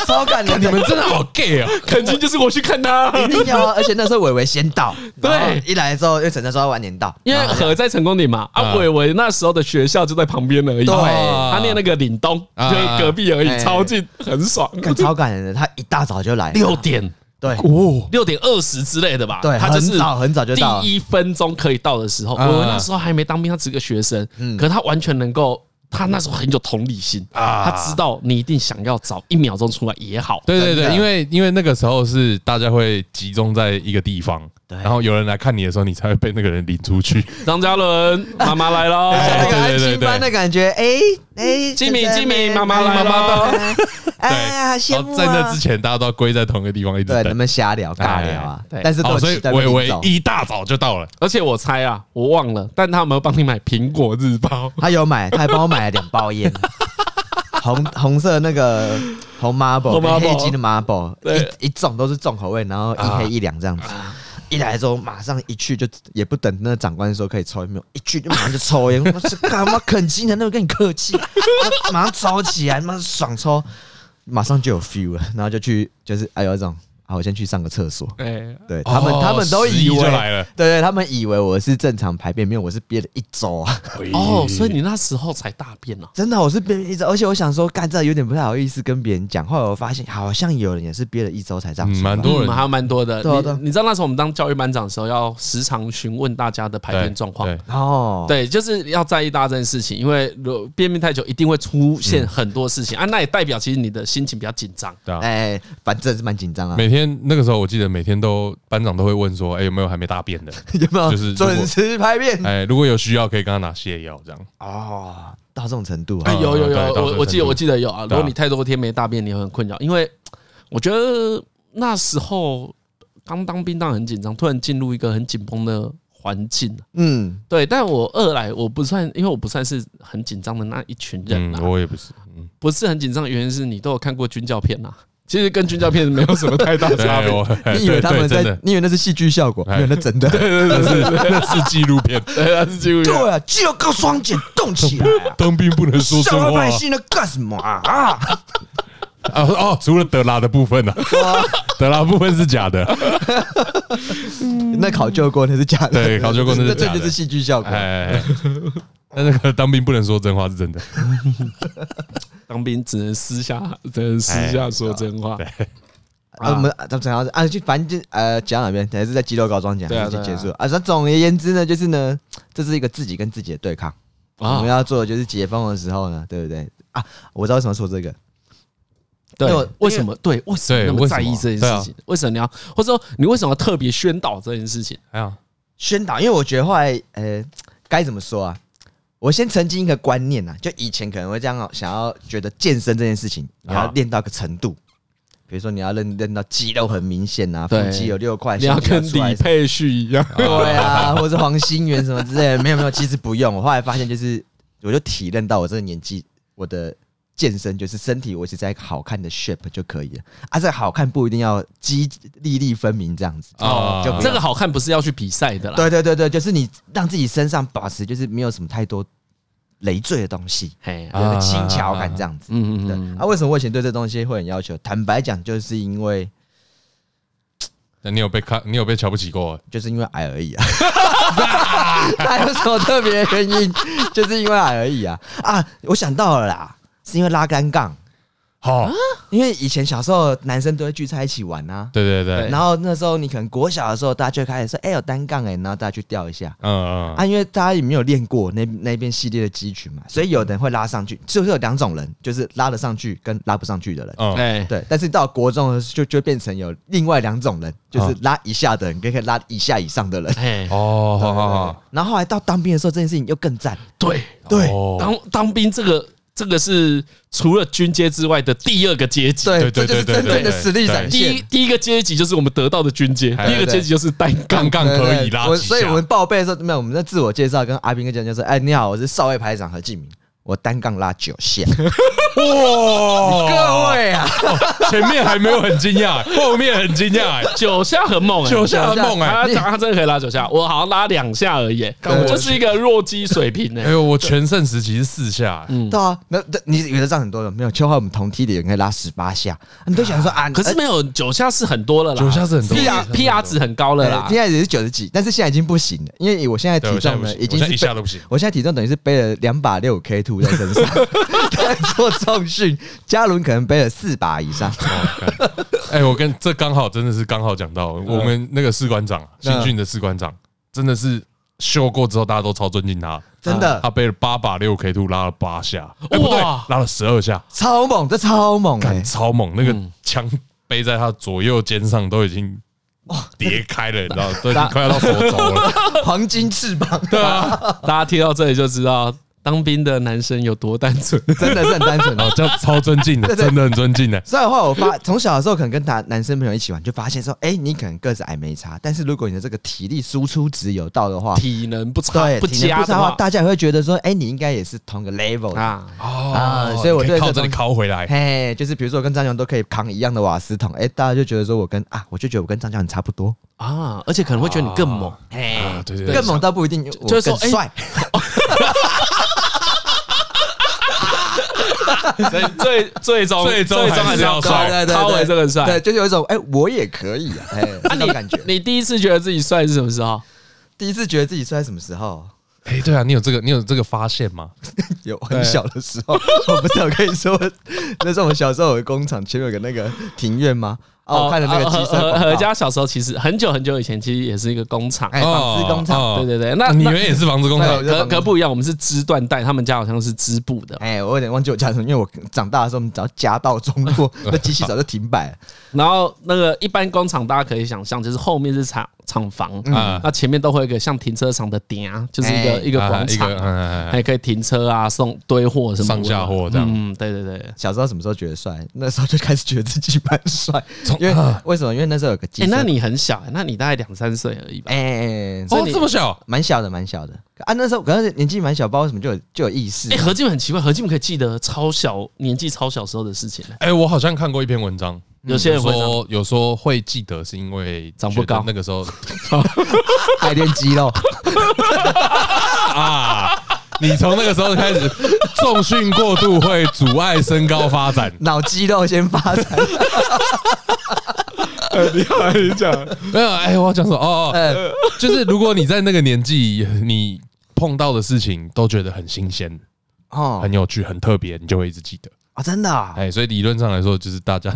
超感人
你
的，
们真的好 gay 啊！
肯亲就是我去看他，
一定要啊，而且那时候伟伟先到，
对
然后一来之后，因为陈晨说他晚点到，
因为
然后
何在成功岭嘛，啊，
嗯
伟伟那时候的学校就在旁边而已，
对
他念那个岭东，
啊
就是隔壁而
哎
已，超近，很爽。
干超感人的，他一大早就来，
六点
对
哦，
六点二十之类的吧，
对，
他就是
很早很早就到了，
第一分钟可以到的时候，
嗯
我那时候还没当兵，他只是个学生，
嗯
可他完全能够，他那时候很有同理心，
啊
他知道你一定想要早一秒钟出来也好，
对对
真的
对，因为因为那个时候是大家会集中在一个地方，
对
然后有人来看你的时候，你才会被那个人领出去。
张嘉伦妈妈来喽，
像那个安
对对对
心班的感觉，哎哎，
吉米
陈晨
吉米
哎
妈妈
妈
来
妈
了
来 了，哎呀，好羡
然
慕
后
啊
在那之前，大家都要归在同一个地方一直
对，能
等
不。能瞎聊尬聊啊
哎？对
但是都
哦，
有
所以
期待被
伟
领
伟
走
一大早就到了，
而且我猜啊，我忘了，但他有没有帮你买苹果日报？
他有买，他还帮我买了两包 烟，红红色那个红 marble，
红
跟
marble
黑金的 marble，
对
一一种都是重口味，然后
啊
一黑一两这样子。一来之后，马上一去就也不等那个长官说可以抽烟没有，一去就马上就抽 烟。我说干嘛肯基人都跟你客气，我马上抽起来，妈爽抽，马上就有 feel 了，然后就去就是哎呦这种，啊我先去上个厕所。
哎，
对他们，
哦
他们都以
11
为
就来了
对对，他们以为我是正常排便，没有，我是憋了一周啊，
哦，所以你那时候才大便啊？
真的，我是憋了一周，而且我想说，干这有点不太好意思跟别人讲，后来我发现好像有人也是憋了一周才这样
嗯
出来
蛮多人
嗯还蛮多的。
对啊对啊
你你知道那时候我们当教育班长的时候，要时常询问大家的排便状况
对。
哦，
对，就是要在意大家这件事情，因为如果便秘太久，一定会出现很多事
嗯
情啊。那也代表其实你的心情比较紧张。
对啊，
哎，反正是蛮紧张啊，
每天那个时候，我记得每天都班长都会问说，哎，有没有还没大便的？
有没有
就是如果
准时排便？
哎，如果有需要，可以跟他拿泻药这样。
哦，到这种程度
哎，
啊，
嗯
有有有，
对到这个
我我记
程
得
度
我记得有啊。如
对啊
果你太多天没大便，你会很困扰，因为我觉得那时候刚当兵，当然很紧张，突然进入一个很紧绷的环境。
嗯，
对，但我二来我不算，因为我不算是很紧张的那一群人啊
嗯
啦，，
我也不是，嗯，
不是很紧张的原因是你都有看过军教片啦，啊其实跟军教片没有什么太大差 别。
对哎我
你以为他们
对
在
真的，哎
你以为那是戏剧效果，没有，那真的。
对对对，对那是纪录片。
对，它是纪录片。
对啊，就要靠双减动起来啊！
当兵不能 说真
上
话
老
啊
百姓的干什么啊？啊，
啊哦，除了德拉的部分呢，啊 德拉部分是假的，
那考究过那是假的，
嗯对考究过那是
那
假
这
的
就是戏剧效果。啊
哎，那那个当兵不能说真话是真的，
当兵只能私下，只能私下说真话。
啊，我们啊怎么怎样啊？就反正就呃，讲哪边还是在肌肉高装讲，
对啊
还是就
对啊
结束啊。那总而言之呢，就是呢，这是一个自己跟自己的对抗。我们
啊，
要做的就是解封的时候呢，对不对啊？我知道为什么说这个，
对
因为，
为什么？对，为什么
对
那么
为什
在意
么
这件
对啊
事情？为什么你要，或者说你为什么要特别宣导这件事情？
还好，
宣导，因为我觉得后来呃，该怎么说啊？我先澄清一个观念啊，就以前可能会这样哦想要觉得健身这件事情，你要
啊
练到个程度，比如说你要练练到肌肉很明显啊，腹
对
肌有六块，
你要
线条
跟
出来
李佩旭一样，
对啊，或是黄心源什么之类的，没有没有，其实不用。我后来发现，就是我就体认到我这个年纪，我的健身就是身体维持在一个好看的 shape 就可以了。啊，这个好看不一定要肌粒粒分明这样子
哦
就不
啊这
要
个好看不是要去比赛的啦。
对对对对，就是你让自己身上保持就是没有什么太多累赘的东西，
嘿，
有个轻巧感这样子。
嗯嗯
对
嗯，
啊，为什么我以前对这东西会很要求？坦白讲，就是因为
那你有被看，你有被瞧不起过？
就是因为矮而已啊， 哪有什么特别原因？就是因为矮而已啊啊！我想到了啦，是因为拉杆杠，
好，
因为以前小时候男生都会聚在一起玩啊，
对对对，
然后那时候你可能国小的时候，大家就会开始说，哎、有单杠哎、然后大家去吊一下。
嗯嗯，
啊，因为大家也没有练过那那边系列的肌群嘛，所以有的人会拉上去，就是有两种人，就是拉得上去跟拉不上去的人。
嗯，
哎，
对，哦但是到国中的时候就就变成有另外两种人，就是
嗯
拉一下的人跟可以拉一下以上的人。
哎，
哦，好好
对对对
好，
然后后来到当兵的时候，这件事情又更赞。
对，
对
哦
当当兵这个这个是除了军阶之外的第二个阶级。
对
对对
这就是
对
真
对
正的
对
实力展
第一
现。
第一个阶级就是我们得到的军阶，
哎
第二个阶级就是单杠
杠。杠
对
可
对
以啊拉
我
几
所以
下
我们报备的时候，没有我们在自我介绍，跟阿斌哥讲就说：“哎，你好，我是少尉排长何敬明，我单杠拉九下。 各
哇，
位啊，
前面还没有很惊 讶，后面很惊讶，
九下很猛、欸，
九下很猛哎，
他他真的可以拉九下，我好像拉两下而已、欸，
干
我就是一个弱鸡水平哎、
哎呦，我全盛时期是四下，
对啊，那那你以为这样很多人没有？秋后我们同梯的人可以拉十八下，你都想 说啊，
可是没有九下是很多了啦，
九下是很多
P R P R 值很高了啦
现。在也是九十几，但是现在已经不行了，因为我现在
对，我
体
现在
重
不
呢
行，
已
我
经是
现在
被
一下都不行，
我现在体重等于是背了两把六 K two 在身上， 在做重训。嘉伦可能背了四把以上，
哎、我跟这刚好真的是刚好讲到，
嗯
我们那个士官长新训的士官长，真的是秀过之后，大家都超尊敬他。
真
啊
的
他背了八把六 K two，拉了八下，哎、不对
哇，
拉了十二下，
超猛，这超猛哎、
干超猛！那个枪背在他左右肩上都已经叠开了，你知道，都已经快要到手肘了。
黄金翅 膀，
对啊，
大家听到这里就知道当兵的男生有多单纯。
真的是很单纯。
哦，这样超尊敬的，真的很尊敬的。
所以的话，我发从小的时候可能跟男男生朋友一起玩，就发现说，哎、你可能个子矮没差，但是如果你的这个体力输出值有到的话，
体能不差
对，
不
体能
佳
不差
的
的话，
话
大家也会觉得说，哎、你应该也是同个 level 的。
啊，
哦
啊所以我
你可
对这
靠这
东
里
西
靠回来。
嘿，就是比如说我跟张强都可以扛一样的瓦斯桶，哎、大家就觉得说我跟啊，我就觉得我跟张强很差不多，
啊，而且可能会觉得你更猛，哎、
啊，对对对，
更猛倒不一定，我
就是说哎
更帅，
所以最最终
最终还是要帅
对对对
超伟
对，
这个帅。
对，就是有一种哎、我也可以啊，哎、
啊
这种感觉。
你第一次觉得自己帅是什么时候？
第一次觉得自己帅什么时候？
哎、对啊，你有这个，你有这个发现吗？
有很小的时候， 我不是有跟你说， 那时候我们小时候有个工厂前面有个那个庭院吗？啊，我看了那个
哦
机车
何
广
何
告，
家小时候其实很久很久以前，其实也是一个工厂。
哎，纺织工厂，
哦
对对对，那
你
那
原也是房子工
对
厂
我就
可
房子
可不一样，我们是织缎带，他们家好像是织布的。
哎，我有点忘记我家什么，因为我长大的时候，我们只要家道中 落，那机器早就停摆了。
然后那个一般工厂，大家可以想象，就是后面是厂厂房，
啊
那前面都会有一个像停车场的顶啊，就是一个
哎
一个广
一个嗯
场，
嗯嗯嗯
还可以停车啊，送堆货什么的
上下货这样
嗯，对对对。
小时候什么时候觉得帅？那时候就开始觉得自己蛮帅，因为
啊
为什么？因为那时候有个机
嗯哎，
车，
那你很小，那你大概两三岁而已吧？
哎哎哎，
哦，这么小，
蛮小的，蛮小的啊。那时候可能年纪蛮小，不知道为什么就有就有意 识
哎，。何进很奇怪，何进可以记得超小年纪超小时候的事情呢。
哎、我好像看过一篇文章，
有些人会长
说有说会记得是因为
长不高
觉得那个时候
爱练肌肉，
啊，你从那个时候开始重训过度会阻碍身高发展。
脑肌肉先发展。
你好，你讲，
没有，哎，我要讲什么？哦，哦
呃，
就是如果你在那个年纪，你碰到的事情都觉得很新鲜、
哦
很有趣、很特别，你就会一直记得。
啊，真的啊，
哎，所以理论上来说，就是大家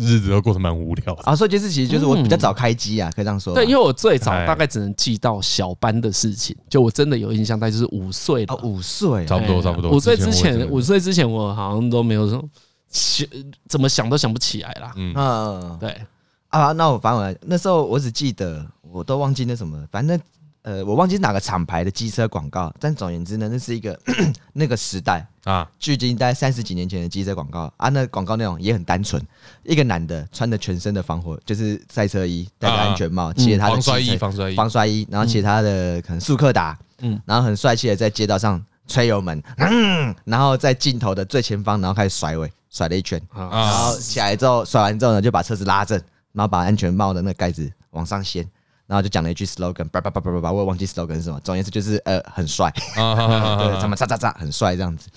日子都过得蛮无聊的。
啊所以这次其实就是我比较早开机啊，可以这样说吧。
嗯对，因为我最早
哎
大概只能记到小班的事情，就我真的有印象，大概就是五岁
啊
了，，
五岁
差不多，
哎
差不多。
五岁之前，
我
五
也是
岁之前我好像都没有什么想，怎么想都想不起来啦。
嗯，
嗯
对，
啊，那我反而那时候我只记得我都忘记那什么，反正呃我忘记是哪个厂牌的机车广告，但总而言之呢，那是一个 那个时代，
啊，
距今大概三十几年前的机车广告啊，那广告内容也很单纯，一个男的穿着全身的防火，就是赛车衣，戴着安全帽，骑着他的
啊嗯防摔
机
衣，
车
防摔衣，
防摔衣，然后骑着他的可能速克达，
嗯
嗯，然后很帅气的在街道上吹油门，嗯，然后在镜头的最前方，然后开始甩尾，甩了一圈，
啊，
然
啊
后起来之后甩完之后呢，就把车子拉正，然后把安全帽的那个盖子往上掀。然后就讲了一句 slogan，叭叭叭叭叭叭，我也忘记 slogan 是什么，总而言之就是呃很帅，
啊，
对，他们喳喳喳很帅这样子。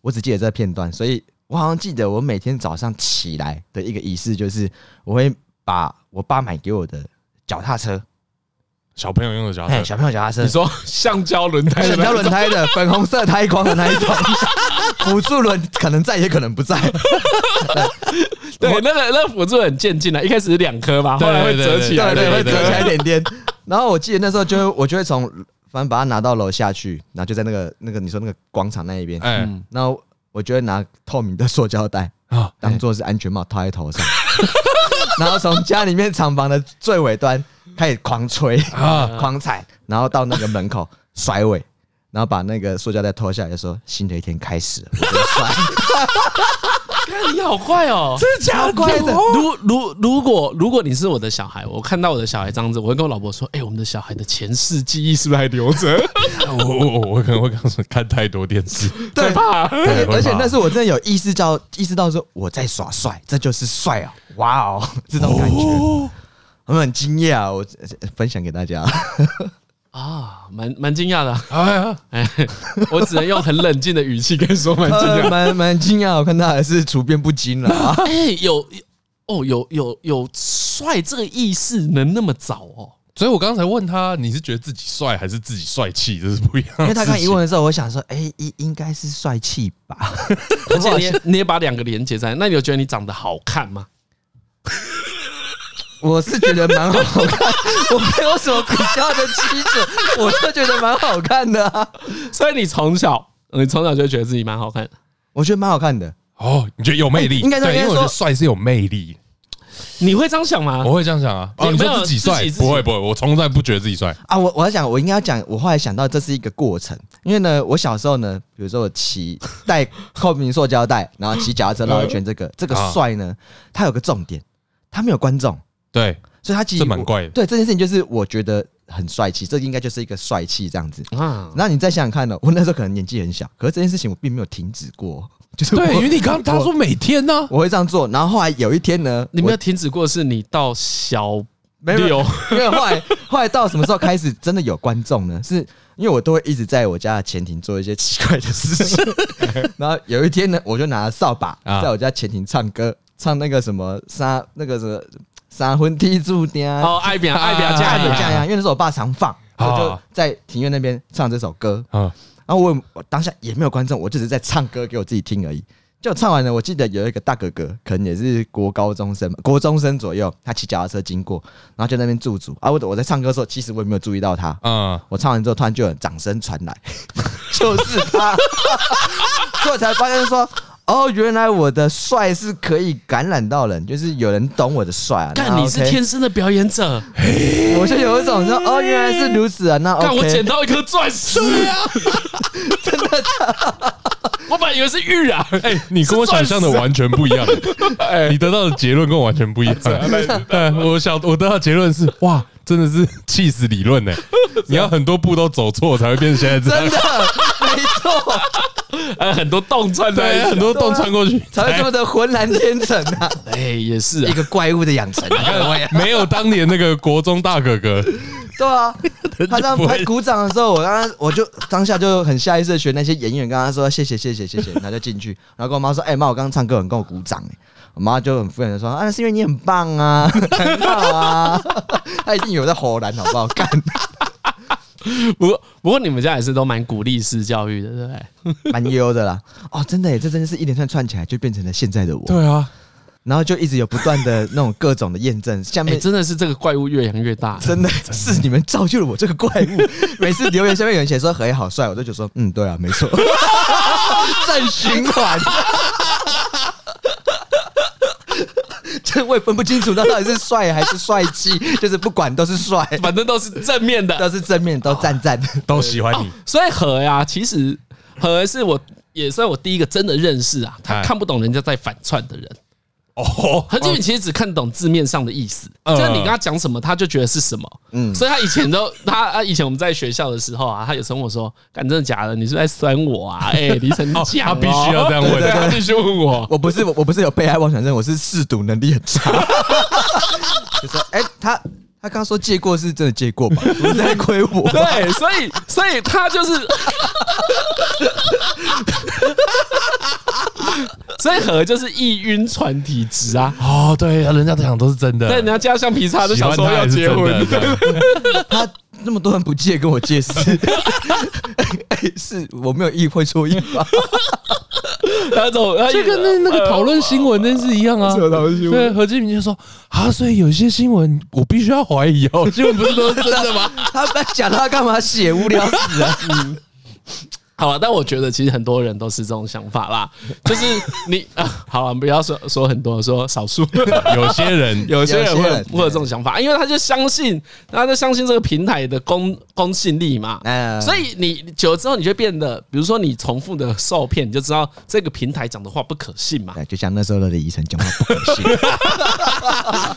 我只记得这片段，所以我好像记得我每天早上起来的一个仪式就是，我会把我爸买给我的脚踏车，
小朋友用的脚踏
哎，
车。
小朋友脚踏车
你，说橡胶轮胎的
整
那
条
种
轮胎的粉红色胎光的那 一种，辅助轮可能在也可能不在，
对，那个那个辅助很渐进啊的，一开始是两颗嘛，后来会
对对
折
对
起
对
来，
对，
对
会
对
折起来一点点。然后我记得那时候就我就会从反正把它拿到楼下去，然后就在那个那个你说那个广场那一边，
哎
嗯
然后我就会拿透明的塑胶袋。
啊，
当做是安全帽套在头上， 然后从家里面厂房的最尾端开始狂吹
啊
啊，狂踩，然后到那个门口甩尾，然后把那个塑胶袋脱下来，就说新的一天开始了，我真帅，
看你好快哦，真的
假的
快的。如如如果如果你是我的小孩，我看到我的小孩这样子，我会跟我老婆说，哎，我们的小孩的前世记忆是不是还留着？
我我我可能会告诉你看太多电视，
对
怕
对
对会
而且
吧
那是我真的有意识到，意识到说我在耍帅，这就是帅哦，哇哦， 这种感觉，我很惊讶啊，我呃分享给大 家。
啊，蛮蛮惊讶的啊。
哎呀，
哎，我只能用很冷静的语气跟你说蛮惊
呃
讶。
蛮蛮惊讶，我看他还是处变不惊了啊！
哎，有哦，有有有帅这个意识能那么早哦？
所以我刚才问他，你是觉得自己帅还是自己帅气，这是不一 样的事情。
因为他刚一问的时候，我想说，哎、应应该是帅气吧？
而且你也你也把两个连接在，那你有觉得你长得好看吗？
我是觉得蛮好看， 我没有什么比较的基准，我就觉得蛮好看的、啊，
所以你从小，你从小就觉得自己蛮好看的。
我觉得蛮好看的。
哦，你觉得有魅力？
应该说
对，因
应该
为
说
我觉得帅是有魅力，
你会这样想吗
我？会这样想啊。哦，
你
你
没有
说自己帅
自己？自己
不会不会，我从来不觉得自己帅。
啊，我我要讲，我应该要讲，我后来想到这是一个过程，因为呢，我小时候呢，比如说我骑 带透明塑胶袋，然后骑脚踏车绕一
嗯
圈，这个这个
啊
帅呢，它有个重点，它没有观众，
对，
所以它其实
这蛮
我
怪的
对这件事情，就是我觉得很帅气，这应该就是一个帅气这样子。
啊，
那你再想想看呢、我那时候可能年纪很小，可是这件事情我并没有停止过，就是我
为你刚他说每天呢，
我会这样做。然后后来有一天呢，
你没有
我
停止过，是你到小
没有没有
六
没有后来 后来到什么时候开始真的有观众呢？是因为我都会一直在我家的前庭做一些奇怪的事情。 然后有一天呢，我就拿着扫把
啊
在我家前庭唱歌，唱那个什么三那个什么三婚踢住的啊，
哦，爱表爱表
这
嫁
样
人
这样，因为那时候我爸常放，我就
啊
在庭院那边唱这首歌。
啊，
然后我也我当下也没有观众，我就只是在唱歌给我自己听而已。就唱完了，我记得有一个大哥哥，可能也是国高中生吧，国中生左右，他骑脚踏车经过，然后就在那边驻足啊。我我在唱歌的时候，其实我也没有注意到他。
嗯，
我唱完之后，突然就有掌声传来，就是他，所以我才发现说，哦，原来我的帅是可以感染到人，就是有人懂我的帅啊。那
干，你是
OK
天生的表演者。
我就有一种说，哦，原来是如此啊。那
干，我
OK，
捡到一颗钻石。对啊， 真的。 我本来以为是玉啊，
哎，你跟我想象的完全不 一样，哎，你得到的结论跟我完全不一
啊
样。哎，我想我得到的结论是，哇，真的是气 死
啊
理论呢。你要很多步都走错才会变成现在这样
真。的没错。
还呃有很多洞穿在一
对，啊
起
很多洞穿过去，
啊才会这么的浑然天成啊，
哎、也是
一
啊，
个怪物的养成啊，各位。
没有当年那个国中大哥哥，
对 啊，他这样
不会
拍鼓掌的时候，我刚刚我就当下就很下意识的学那些演员，跟他说谢谢谢谢谢谢，然后就进去， 然后跟我妈说，哎、妈，我刚刚唱歌很跟我鼓掌、哎，我妈就很敷衍的说，啊，那是因为你很棒啊，很好啊， 她一定有在吼然好不好？干，
不过不过你们家也是都蛮鼓励式教育的，对不对？
蛮优的啦。哦，真的耶，这真的是一连串串起来就变成了现在的我，
对啊，
然后就一直有不断的那种各种的验证，下
哎、
面。
真的是这个怪物越养越 大，
真的是你们造就了我这个怪物。 每次留言下面有人写说何以好帅，我都觉得说嗯，对啊，没 错，正循环。 这我也分不清楚，那到底是帅还是帅气，就是不管都是帅，
反正都是正面的。
都是正面，都赞 赞。
都喜欢你，
所以何呀，其实何是我也算我第一个真的认识啊，他
哎
看不懂人家在反串的人。
哦，
何俊宇其实只看懂字面上的意思，
嗯
就是你跟他讲什么，他就觉得是什么。
嗯
所以他以前都他他以前我们在学校的时候啊，他有时候跟我说：“干真的假的？你是不是在酸我 啊？”哎，李晨
哦
讲，
他必须要这样问
对对对他必须问我。
我不是我，我不是有被害妄想症，我是试读能力很 差。就说哎、他他刚说借过是真的借过吧？不是 在亏我。
对，所以所以他就是， 所以何就是易晕船体质啊。
哦，对，人家讲都是真的，
但人家加橡皮擦就
嗯喜
想
欢
说
他
要
也是
结
真
婚
的，，对
他那么多人不借，跟我借是， 哎是我没有意会错意吧？
那种
这跟那那个讨论新闻真是一样啊。
什么讨论新闻
对，何志明就说啊，所以有些新闻 我必须要怀疑 哦，新闻不是都是真的吗？
他不要讲他干嘛写，无聊死啊！
好了，但我觉得其实很多人都是这种想法啦，就是你啊，好了，不要说说很多，说少数，
有些人
有些人
有些
会有
人
会有这种想法，因为他就相信，他就相信这个平台的公公信力嘛，
嗯
所以你久了之后，你就变得，比如说你重复的受骗，你就知道这个平台讲的话不可信嘛，
对，就像那时候的李医生讲话不可 信，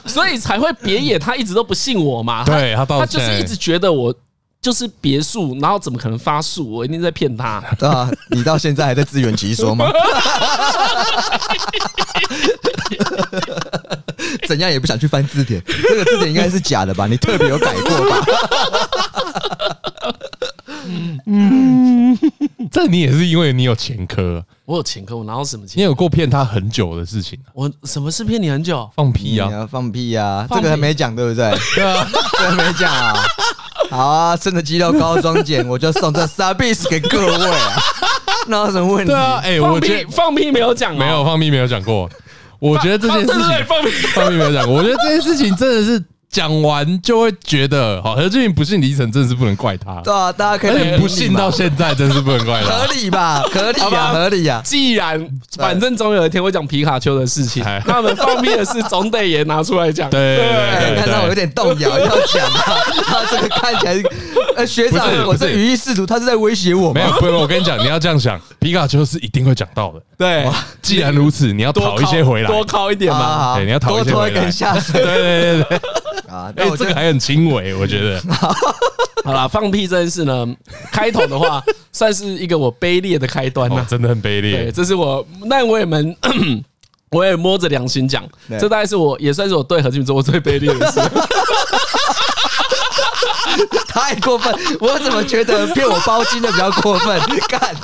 所以才会别野他一直都不信我嘛，他
对他到
他就是
现在
一直觉得我就是别墅，然后怎么可能发数？我一定在骗他。
对啊，你到现在还在自圆其说吗？ 怎样也不想去翻字典，这个字典应该是假的吧？你特别有改过吧？
这你也是因为你有前科，
我有前科，我哪有什么
你
前科？
有过骗他很久的事情啊，
我什么事骗你很久？
放屁
你
啊！
要放屁啊！
放
这
屁
个还没讲对不对？
对啊，
真没讲啊！好啊，趁着肌肉高装减，我就送这三 bis 给各位啊！那有什么问题？
对啊，哎，
放
我觉
屁
得
放屁没有讲哦，
没有放屁没有讲过，我觉得这件事
放对对对
情
放屁。
放屁没有讲过，我觉得这件事情真的是讲完就会觉得，好，何志明不信李晨，真的是不能怪他，
对啊，大家可
而
以
且不信到
合
现在，真是不能怪他。
理吧？合理
好吧
呀，合理啊呀！
既然反正总有一天会讲皮卡丘的事情啊
哎，
那我们放屁的事总得也拿出来讲。
对对对
哎，看到我有点动摇，要讲 啊！他这个看起来是，呃，学长
不是，
我
不
是
是
语义试图，他是在威胁我
没有
吗？，
不是，我跟你讲，你要这样想，皮卡丘是一定会讲到的。
对，
既然如此，你要
多
讨一些
靠
回来。
多靠一点
好啊好
嘛。
好
对你要讨
多
一些
拖
回
一
来
根下水
对对对对对，
啊！那
哎，
我
这
就
个还很轻微，我觉得。
好啦，放屁这件事呢，开头的话算是一个我卑劣的开端
哦
呐。
真的很卑
对，
劣。
这是我，那我也蛮。 我也摸着良心讲，
对
这大概是我也算是我对何俊做过最卑劣的事。
太过分，我怎么觉得骗我包金的比较过分？ 干，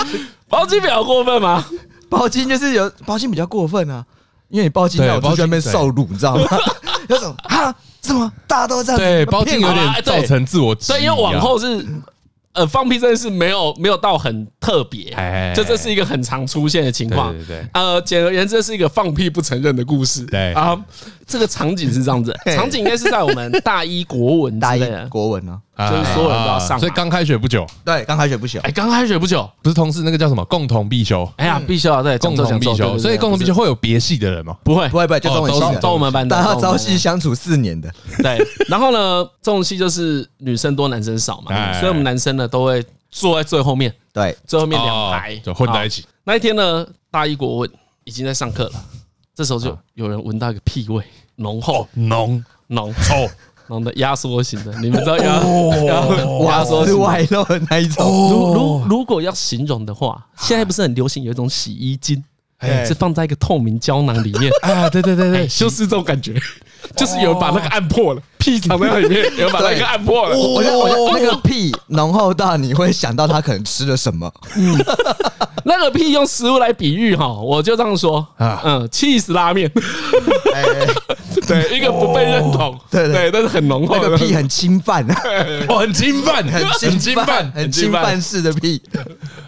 包机表过分吗？
包金就是有包金比较过分啊，因为你包金
对
让我出去
包
外
金
面受辱，你知道吗？ 有种啊，什么大家都这样子，
对，包茎有
啊
点
对
造成自我质疑啊。
所以因为往后是呃放屁这件事没有没有到很特别
哎，
就这是一个很常出现的情况。
对对对
呃，简而言之，这是一个放屁不承认的故事。
对
啊，这个场景是这 样子，
嘿
场景应该是在我们大一国文之
大
类
一
的。
国文呢、
啊
就是所有人都要上嘛
所以刚开学不久，
对，刚开学不小，
哎，刚开学不久，
不是同事那个叫什么共同必修，
嗯
哎呀，必修啊，对，
共
讲座
同
讲座
必
对对
修，
对
所以共同必修会有别系的人哦嘛？
不会
不会不会，就中文系
哦
的
都
都我们班的，
大家
都我们班
朝
的
夕相处四年的，
对，然后呢，这种戏就是女生多男生少嘛，
哎
所以我们男生呢都会坐在最后面，
对，
最后面两排
哦就混在一
起。
起。
那一天呢，大一国文已经在上课了，这时候就有人闻到一个屁味，浓厚
啊浓
浓
臭哦
那种的压缩型的，你们知道压哦
哇，说是外露的那一种，
如如如果要形容的话，现在不是很流行有一种洗衣精，
哎
是放在一个透明胶囊里面， 哎
啊，对对对对，
就是这种感觉，就是有人把那个按破了，屁藏在里面，有人把那个按破了。
哦
我觉得我觉得那个屁浓厚到你会想到他可能吃了什么，
那个屁用食物来比喻哈，我就这样说
啊
嗯，cheese 拉面，
哎哎哎哦
对，一个不被认同，
对对
对，但是很浓厚
那个
的
屁很侵犯，
哦，很侵犯，
很
很
侵
犯，
很侵犯式的屁，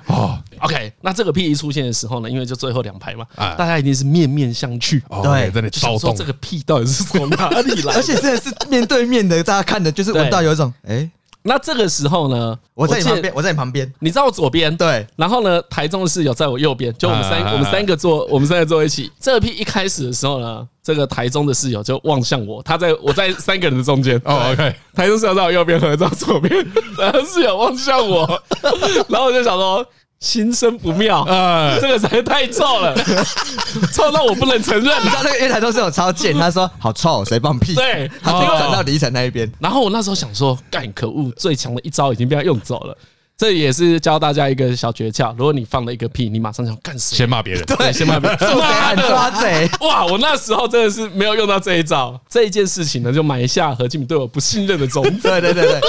哦
OK，那这个 P 一出现的时候呢，因为就最后两排嘛，
啊
大家一定是面面相觑，
哦，
对
在那里
就
骚
想说
动
这，个 P 到底是从哪里 来
而？且真的是面对面的，大家看的就是闻到有一种，哎，
那这个时候呢，
我在你
记得
旁边，我在你旁边，
你在我左边，
对，
然后呢，台中的室友在我右边，就我们三
啊啊啊
我们三个坐，我们三个坐一起。这个 P 一开始的时候呢，这个台中的室友就望向我，他在我在三个人的中间，
哦，OK，
台中室友在我右边，合照左边，然后室友望向我， 然后我就想说，心生不妙，
啊，
这个实在太臭了， 臭到我不能承认
你
了
知。道那个月台都是有超贱，他说好臭，谁放屁？
对
他就转到李晨那一 边，
然后我那时候想说，干可恶，最强的一招已经被他用走了。这也是教大家一个小诀窍：如果你放了一个屁，你马上想干谁？
先骂别人，
对，
先骂别人
做贼喊抓贼，
哇！我那时候真的是没有用到这一招。这一件事情呢，就埋下何进对我不信任的种子。
对对对对，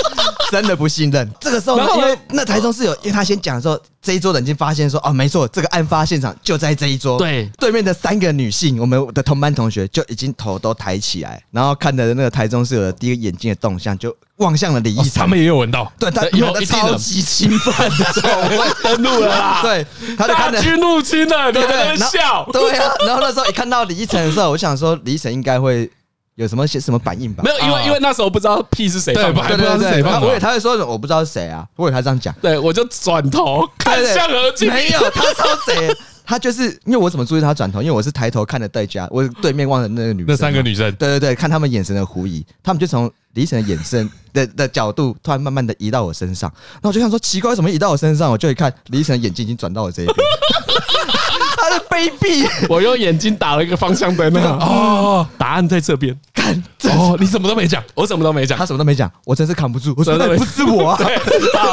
真的不信任。这个时候呢
然，
因
后呢
为那台中室友，因为他先讲的时候，这一桌的人已经发现说，哦，没错，这个案发现场就在这一桌。
对
对面的三个女性，我们的同班同学就已经头都抬起来，然后看着那个台中室友的第一个眼睛的动向，就望向了李
哦
一
他
晨。
们也有闻到，
对，他
对有
他
一定的
超级兴奋的时候，
登录了 啦，
对，他就
大
看着。
军入侵了，你
对
们
对，
在
然后。
笑
对啊，然后那时候一看到李依晨的时候，我想说李依晨应该会有什么些什么反应吧
没？有，因为因为那时候不知道屁是谁放
对吧
的，
啊对对
还不知道是
对，
谁放
他
的
我以为他会说什么我不知道是谁啊，我以为他这样讲。
对我就转头看
对对
向何进，
没有，他超贼，他就是因为我怎么注意他转头，因为我是抬头看着对家，我对面望着那个女生嘛啊
那三个女生，
对对对，看他们眼神的狐疑，他们就从李依晨的眼神的的角度，突然慢慢的移到我身上。那我就想说，奇怪，为什么移到我身上？我就一看，李依晨的眼睛已经转到我这一边， 他的卑鄙。
我用眼睛打了一个方向灯啊。
哦
答案在这边，
哦，你什么都没讲，
我什么都没讲
他。什么都没讲，我真是扛不住。我说
真的
那
没
不是 我啊，
好，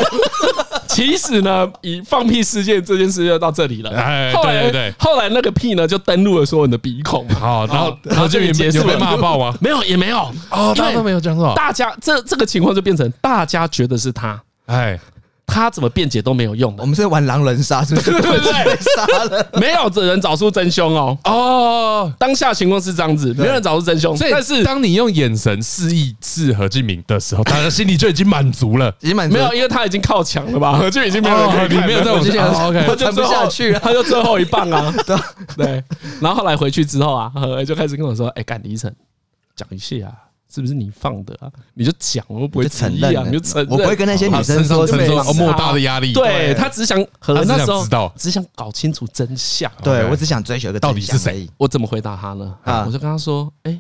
其实呢，以放屁事件这件事就到这里了。
哎
后来
对对对
后来那个屁呢就登录了所有人的鼻孔嘛，
好，然后然
然后
后就
就
有
结束
有
了
被骂爆吗？
没有也没有
哦，
因
大家都
为
没有讲什么，
大家这这个情况就变成大家觉得是他，
哎，
他怎么辩解都没有用
我
的，
们是玩狼人杀，是不是？
对不对？
杀了，。
没有的人找出真凶哦。
哦，
当下情况是这样子，没有人找出真凶，
所以
但是
当你用眼神示意是何敬明的时候，大家心里就已经满足了
已经满足
没有，因为他已经靠墙了吧，就已经没有人可以
哦你
看了
没有在我
我之前
哦，OK
他
我
就
撑不
最后
下去了。
他就最后一棒 啊，对。然后后来回去之后啊，何恩就开始跟我说：“哎，干李晨，讲一下啊，是不是你放的啊？你就讲，我不
我
会
就
质
承
疑
认
啊，
了，
你就承认。”
我不会跟那些女生说
承
是
受
被
哦
放
莫大的压力，
对他只想和
他只想
那时候
知道
只想搞清楚真相。
对
OK
我只想追求一个
到底是谁
真相而已？
我怎么回答他呢？
啊
我就跟他说：“哎，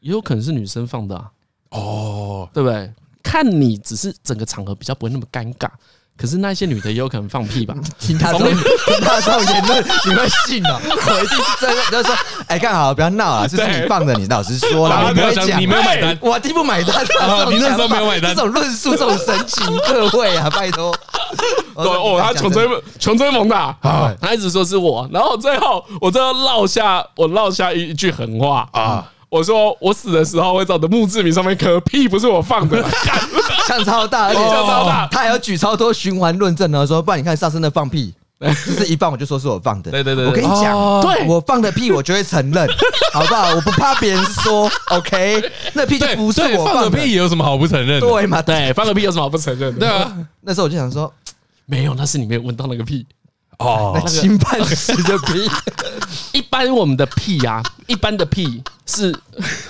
也有可能是女生放的啊，
哦，
对不对？看你只是整个场合比较不会那么尴尬，可是那些女的也有可能放屁 吧？
听他这种听他这种言论，你会信 哦？我一定是真的，就是说，哎，干好，不要闹了，是不是
对
你放的，你老实说
好
了，我不
你不要
会
讲
讲，
你没有买单啊
我听不买单。这种
你那时候
想法
没有买单
这种论述，这种神情，各位啊，拜 托。我说
哦，他穷追穷追猛打
啊
他一直说是我，然后最后我最后落下我落下一一句狠话啊
啊，
我说我死的时候会在我的墓志铭上面刻屁，不是我放 的，干
像超
哦
大，而且
像超大
他还要举超多循环论证呢，说不然你看上次那放 屁，就是一放我就说是我放的。
对对对对
我跟你讲，
哦
对
我放的屁我就会承认，好不好？我不怕别人说，OK，那屁就
对，
不是
对
我
放
放
屁也有什么好不承认的？
对嘛？
哎对，放个屁有什么好不承认的？
对，啊，
那时候我就想说，
没有，那是你没有闻到那个屁。
哦
那侵犯式的屁，
一般我们的屁呀、一般的屁是，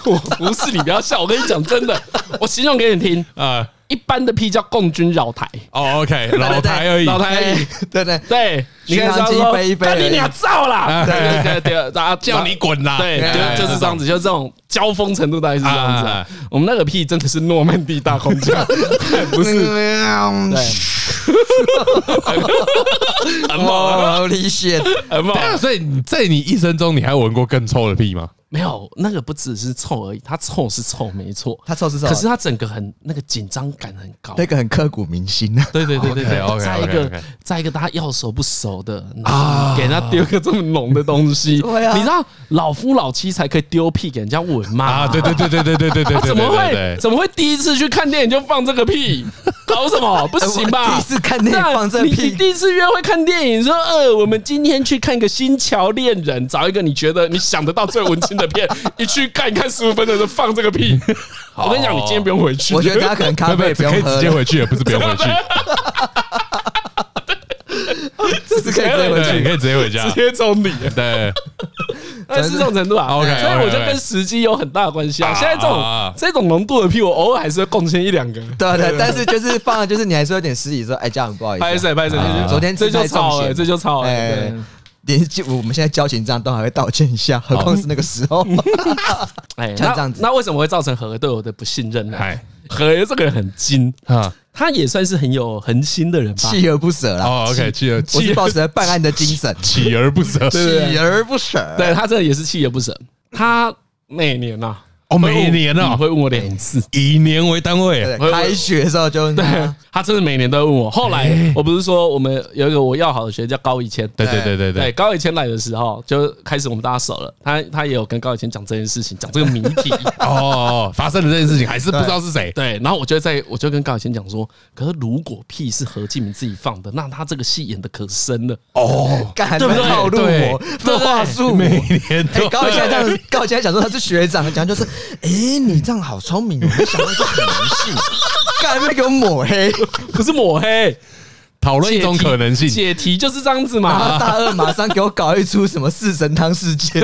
我不是你不要笑，我跟你讲真的，我形容给你听，
啊，
一般的屁叫共军绕台，
哦，OK，老台而已，
老台而已。
哎对对
对，你看
巡
他说
航机飞一飞
干你
而已
俩造啦，
哎
对对对，啊然后
叫你滚啦！
对，
哎
就就是这样子，就是这种交锋程度大概是这样子啊
啊。
我们那个屁真的是诺曼底大空降，不是？
嗯
对， 很猛啊，
，Holy shit！
很猛啊。
对啊所以你在你一生中，你还闻过更臭的屁吗？
没有那个不只是臭而已，它臭是臭没错，
他臭是臭，啊
可是它整个很那个紧张感很高。
那个很刻骨铭心啊。
对对对对对，
OK，OK，OK，OK
再一个再一个，大家要熟不熟的啊，给人家丢个这么浓的东西，
对啊
你知道老夫老妻才可以丢屁给人家闻嘛？
啊，对对对对对对对对对，
怎么会
对？
怎么会第一次去看电影就放这个屁？搞什 么？不行吧？
我第一次看电影放这屁
那你你第一次约会看电影，说呃，我们今天去看个《新桥恋人》，找一个你觉得你想得到最文青的 片，一去看一看十五分钟就放这个屁。我跟你讲，你今天不用回去。
我觉得大家可能咖
对不
啡也不
对，可以
用
直
喝
接
了，
回去，也不是不用回去，
这是可以直接回
对，
去。
可以直接回 家
直。接走你，
对，
但是这种程度啊
OK，OK，OK
所以我就跟时机有很大的关系啊。
啊
现在这种
啊啊
这种浓度的屁，我偶尔还是会贡献一两个。
对对，但是就是放了，就是你还是有点失礼，说哎，家长不好意思啊，
拍谁拍谁，
啊昨天
这
吃
就
太重
超了，
咸，
这就
哦
超了。
哎
对
连就我们现在交情这样都还会道歉一下，何况是那个时 候。
哎，
像
那
这样子
那为什么会造成何对我的不信任呢？
嗨
何这个人很精，
啊，
他也算是很有恒心的人吧。
锲而不舍啦。
哦，OK，锲而
我是
锲
抱持着办案的精 神，
锲而 不舍。
锲而不舍。
对他真的也是锲而不舍。他每年呐、啊，
哦，每一年
你
啊，
会问我两次。
以年为单位，
对，开学的时候就
对他真的每年都会问我。后来我不是说我们有一个我要好的学姐叫高以谦，
对对对
对，
对对，
高以谦来的时候就开始我们大家熟了。他他也有跟高以谦讲这件事情，讲这个谜题。
哦哦，哦发生了这件事情，还是不知道是谁。
对，然后我就在我就跟高以谦讲说，可是如果屁是何敬明自己放的，那他这个戏演的可深 了。
哦，
干，
对不对
套路
对
我，这话术
每
我。
年
哎，
都
高以前这样，高以前讲说他是学长，讲就是，哎，你这样好聪明，我没想到这可能 性。干，被给我抹黑，
不是抹 黑，
讨论一种可能性。
解题就是这样子
然后
啊
嘛。
大二马上给我搞一出什么四神汤事 件，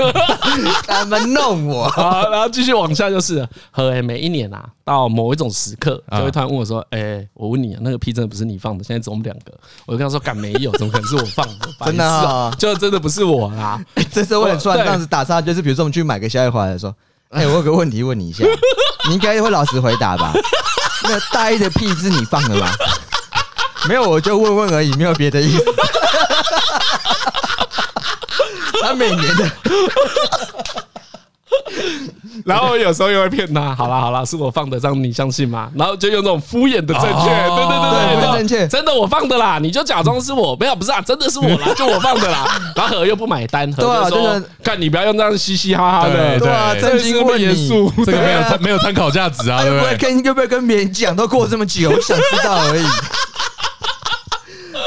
他们弄我。
好，然后继续往下就是了，何哎，每一年啊，到某一种时刻，就会突然问我说：“哎、我问你啊，那个屁真的不是你放的？现在只有我们两个。”我就跟他说：“敢没有，怎么可能是我放的？白
真的
痴
啊
哦就真的不是我啊啦。
这次为了突然这样子打岔，就是比如说我们去买个宵夜回来， 说：“哎、我有个问题问你一下，你应该会老实回 答吧？那大一的屁是你放的吗？”没有，我就问问而已，没有别的 意思。他每年的
然后我有时候又会骗他：“好啦好啦，是我放的，这样你相信吗？”然后就用这种敷衍的正确，
哦
对对对对
对
对，
正确
真的我放的啦，你就假装是我，没有不是啊，真的是我 啦，就我放的啦。然后何又不买单，何
对啊
就说
就是：“
看你不要用这样嘻嘻哈哈的
对，
对啊，
对
真心问
这是不是
你
严，肃
这个没有
对啊
参没有参考价值啊，
他
对
又
不
不会
对？
跟又不会跟别人讲，都过这么久，我想知道而已。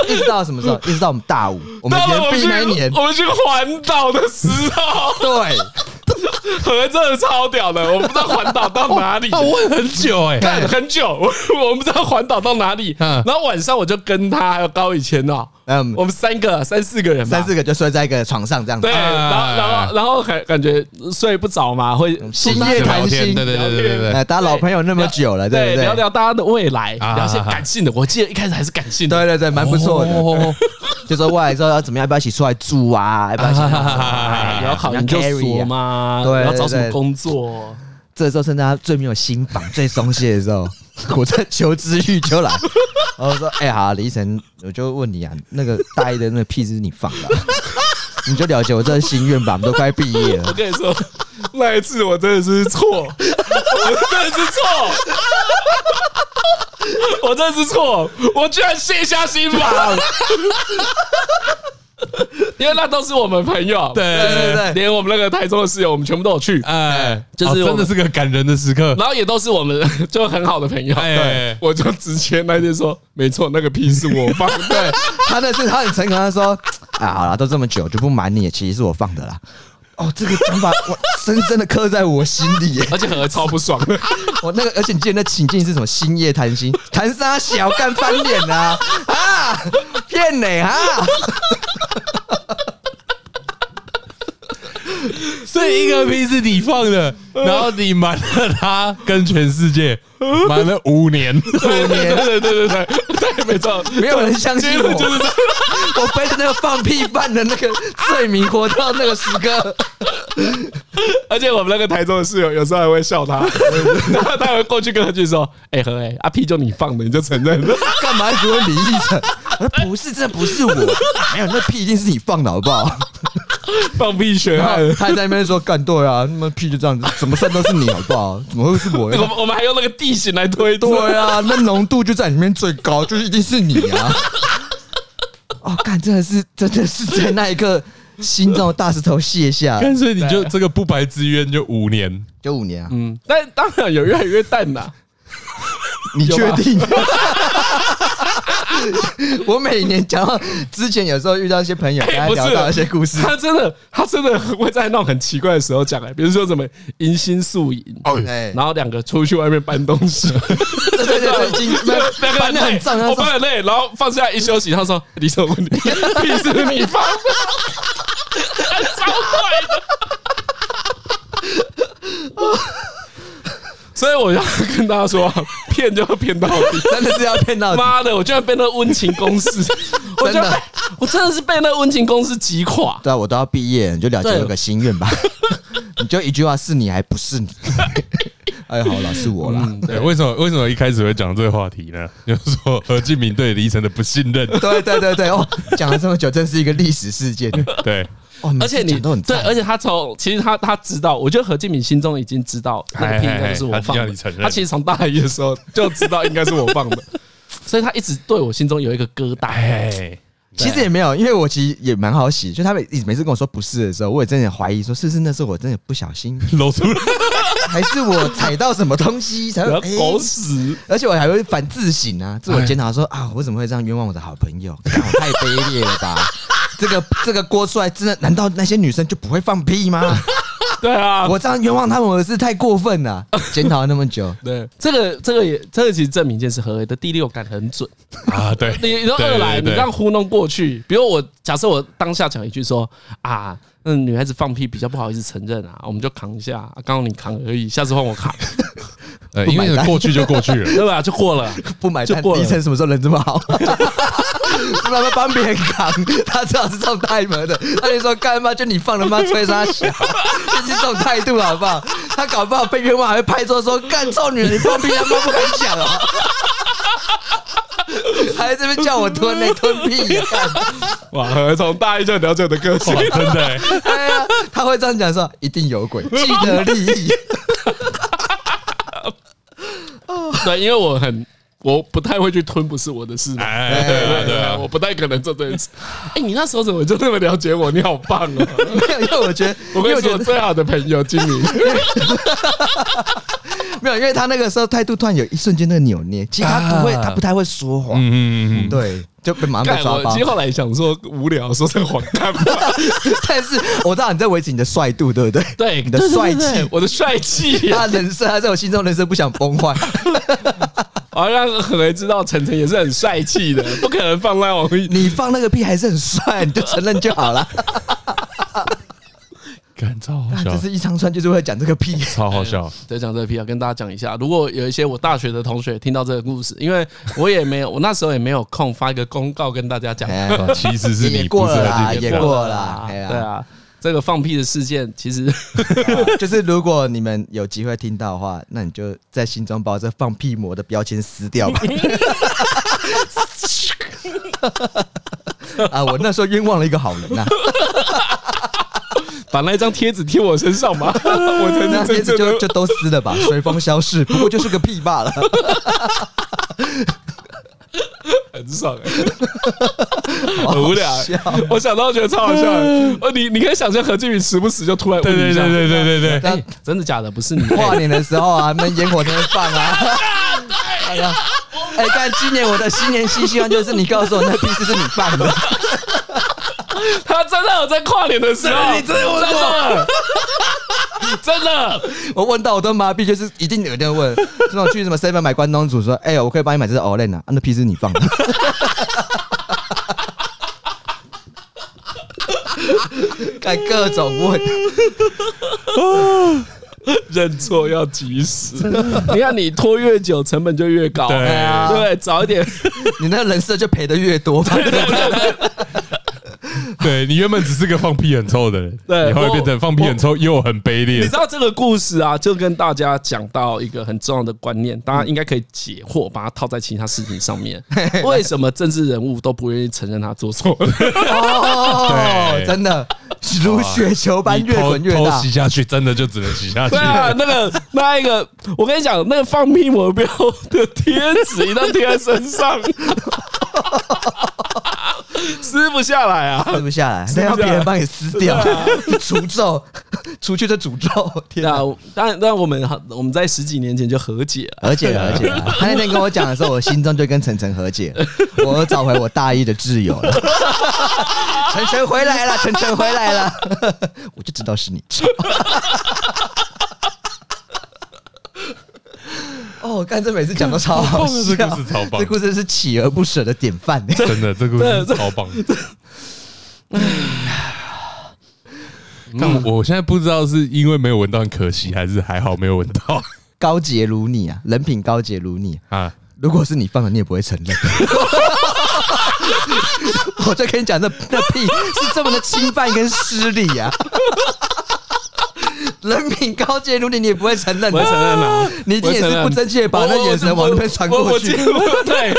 一直到什么时 候？一直到我们大五，我们
到了
研
啊我们
毕
去
那一年，，
我们去环岛的时候
对，
河真的超屌的，我不知道环岛到 哪里。
啊，问很久哎，
干很久， 我我不知道环岛到哪里。
嗯
然后晚上我就跟他还有高以前哦，
嗯
我们三个啊三四个人吧，
三四个就睡在一个床上这样子
对，。然后然后然后感感觉睡不着嘛，会
心
不大
夜
聊
谈
天，
心，
对对对对对对
哎，大家老朋友那么久了，对
对
不对？
聊聊大家的未来，
啊
聊些
啊啊
感性的。我记得一开始还是感性的，
对对对，蛮不错的。
哦
就说未来之后要怎么样，要不要一起出来住啊？要不要一起干嘛
哎聊考研
怎
究
么样 carry
所
啊
嘛，
对对
要找什么
对
工作。
这时候趁大家最没有心房、最松懈的时候， 我这求知欲就来。然后我说：“哎、好、啊，李依晨，我就问你啊，那个大一的那个屁是你放的啊、 你就了解我这个心愿吧，我们都快毕业
我
了。
跟你说，那一次我真的是错，我真的是错，我真的是错，我居然卸下心防，因为那都是我们朋友，
对对对
对
连我们那个台中的室友，我们全部都有去，
哎，
就是
哦
我们
真的是个感人的时刻。
然后也都是我们就很好的 朋友，
哎
对，我就直接那天说，没错，那个屁是我放的，对，
他那是他很诚恳，他说：“啊，好了，都这么久就不瞒你，其实是我放的啦。”哦，这个讲法我深深的刻在我心里耶。
而且何超不爽的，
我那个，而且你记得那情境是什么？星夜谈心，谈啥小干翻脸啊啊！骗你啊！
所以一个屁是你放的，然后你瞒了他跟全世界，嗯瞒了五 年。
五年
对对对对对对，没错，
没有人相信我，
就是这 样
我背着那个放屁犯的那个罪名活到那个时刻。
而且我们那个台中的室友有时候还会笑 他，然后他还会过去跟何俊说：“哎、何哎，阿屁就你放的，你就承认了。
干嘛一直哎问李奕晨？我说不是，真的不是我，没有，那屁一定是你放的好不好？
放屁学
然
汉。
后他还在那边说干对啊，那么屁就这样子，怎么算都是你好不好？怎么会是我
那？个我们还用那个地形来推 断。
对啊，那浓度就在里面最高，就是一定是你啊！ 哦，干，真的是，真的是在那一刻，心中的大石头卸下，
干脆你就这个不白之冤就五年，
就五年啊，
嗯，但当然有越来越淡啦。
你
有
确
吧
定？ 我每年讲到之前，有时候遇到一些朋友，跟
哎
他
不是
聊到一些故事，哎
他真的，他真的很会在那种很奇怪的时候讲哎、比如说什么迎新宿营，
哎，
然后两个出去外面搬东 西，
对对对，对已经
两个
搬
很
的
累，
很胀，他啊
我
说
搬很累，然后放下来一休息，他说：“你什么问题？屁是你放的，超快的。” 所以我要跟大家说，骗就骗到 底。
真的是要骗到底，
妈的，我居然被那温情公式，我居然 被
真的
我真的是被那温情公式击垮。
对啊，我都要毕业了，你就了解
对
我个心愿 吧，你就一句话，是你还不是你？ 哎，好了，是我啦。
对，为什么为什么一开始会讲这个话题呢？ 就是说何敬明对李晨的不信任，
对对对对，哦，讲了这么久，真是一个历史事件。
对，
哇，每
而且
次
你
嗯讲都很
对，
赞
而且他从其实他他知道，我觉得何敬敏心中已经知道那个屁应该就是我
哎哎哎他
放
要
的
你承。认
他其实从大一的时候就知道 应该是我放的，所以他一直对我心中有一个疙瘩。
哎，
其实也没有，因为我其实也蛮好奇，就他们每次跟我说不是的时候，我也真的怀疑说是不是那时候我真的不小 心，
露出来，
还是我踩到什么东西才会
然后
哎
狗屎，
而且我还会反自省啊，自我检讨说啊，我怎么会这样冤枉我的好朋 友？干我太卑劣了吧！这个这个锅出来，真的难道那些女生就不会放屁吗？
对 啊，
我这样冤枉他们，我是太过分了。检讨了那么久，
对这个这个也这个其实证明一件事，何为的第六感很准。
啊，对，
你你说
对
二来，你
对
这样糊弄过去，比如我假设我当下讲一句说啊，那女孩子放屁比较不好意思承认啊，我们就扛一下，啊刚好你扛而已，下次换我扛，
呃因为过去就过去了。
对吧？就过了。
不买
就
单，
过了
医生什么时候人这么好？ 他妈帮别人扛，他知道是这种态度的。他就说干嘛？就你放了妈吹他小，就是这种态度好不好？他搞不好被冤枉还会拍桌说干臭女人，你放屁他妈不敢 讲啊！还在这边叫我吞那吞屁、啊，
哇，何从大一就了解我的个性
哇，真的欸、
哎呀，他会这样讲说一定有鬼，既得利益。
对，因为我很我不太会去吞，不是我的事嘛。
哎，对啊，对啊，
我不太可能做这件事。 哎，你那时候怎么就那么了解我？你好棒 哦！
没有，因为我觉得，
我
因
跟
为
你说，
觉
我
得
最好的朋友金 明，
没有，因为他那个时候态度突然有一瞬间那个扭捏，其实他不会，
啊
他不太会说谎，
嗯嗯嗯，
对，就被马上被
干
抓
我
包
其实。后来想说无聊，说这个谎干嘛？
但是我知道你在维持你的帅度，对不对？
对，
你的
对对
帅
对对
气。
我的帅 气
他
啊，
人设，他在我心中人设不想崩 坏，
好让何为知道晨晨也是很帅气的，不可能放在我
你放那个屁还是很帅，你就承认就好了。
干超好
干
笑
这，是一长串，就是会讲这个 屁。
超好笑，
对，讲这个屁啊，跟大家讲一下，如果有一些我大学的同学听到这个故事，因为我也没有，我那时候也没有空发一个公告跟大家讲，
哎
其实是
也
你
过
不是
了啦，
何敬
也
明，
过了啦，哎
对
呀
啊，这个放屁的事件，其实
就是如果你们有机会听到的话，那你就在心中把这放屁魔的标签撕掉吧。 啊，我那时候冤枉了一个好人啊呐、
把那张贴纸贴我身上嘛，我才
那
是
贴
真
子
正
就
的。
就都撕了吧，随风消逝，不过就是个屁罢 了。
很爽、欸，很无聊、欸
好好笑。
我想到觉得超好笑的。哦，你你可以想象何俊宇时不时就突然
对
问
对
一下
对对对对对，
哎真的假的？不是你哎
跨年的时候啊，那烟火在那边放啊。哎呀，哎，但今年我的新年新希望就是你告诉我那屁是不是你放的，
他真的有在跨年的时候，
真的你真的有
真的， 真的，
我问到我都麻痹，就是一定有人问，这种去什么 seven 买关东煮说，哎、我可以帮你买这只 Olen 啊，啊那屁是你放 的。看各种问，
认错要及时。 你看，你拖越久，成本就越高。
对
啊
对，早一点。
你那人设就赔的越多吧。
对你原本只是个放屁很臭的人，
对
你后来变成放屁很臭又很卑
你
劣
知，道这个故事啊，就跟大家讲到一个很重要的观念，大家应该可以解惑，把它套在其他事情上面。为什么政治人物都不愿意承认他做错？
哦，
对
真的，如雪球般越滚越
你
大
头头。洗下去，真的就只能洗下去
对。啊， 那个那一个，我跟你讲，那个放屁我标的贴纸一定要贴在身上，撕不下来啊。
撕不下来，那要别人帮你撕掉，
啊
诅咒，除去这诅咒， 天哪！
那但但我们我们在十几年前就和解了，
而且而且，他那天跟我讲的时候，我心中就跟晨晨和 解了，我又找回我大一的挚友了。 晨晨回来了，晨晨回来了， 我就知道是你。 哦，干这每次讲都超好笑，
哦这故事超棒
这故事是锲而不舍的典范。
真的，这故事超棒。但我我现在不知道是因为没有闻到很可惜，还是还好没有闻到
高洁如你啊，人品高洁如你、
啊。
如果是你放的，你也不会承认。我就跟你讲，那那屁是这么的侵犯跟失礼啊！人品高洁如你，你也不会承认
我
的、
也承认了，
你一定也
我也承
是
认
不争气，把那眼神往那边传
我我
过
我记
去。
得对，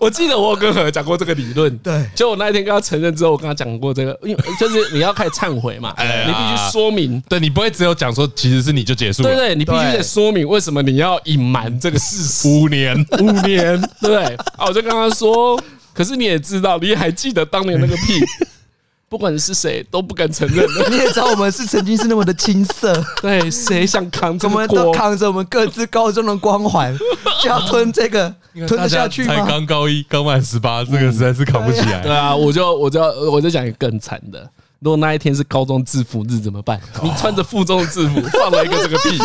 我记得我有跟何讲过这个理论。
对
就我那一天跟他承认之后，我跟他讲过这个，因为就是你要开始忏悔 嘛，
哎
你必须说明。
对你不会只有讲说其实是你就结束
对
了
对，你必须
对
得说明为什么你要隐瞒这个事 实。
五年，
五年，对不对？啊，我就跟他说，可是你也知道，你还记得当年那个 屁，不管是谁都不敢承认的。
你也知道，我们是曾经是那么的青涩，
对，谁想扛这
我
个
们
锅
都？扛着我们各自高中的光环，就要吞这个，吞得下去
大家才
吗？
刚高一，刚满十八，这个实在是扛不起来
对。啊，我就我就我就讲一个更惨的。如果那一天是高中制服日怎么办？你穿着附中的制 服放了一个这个屁，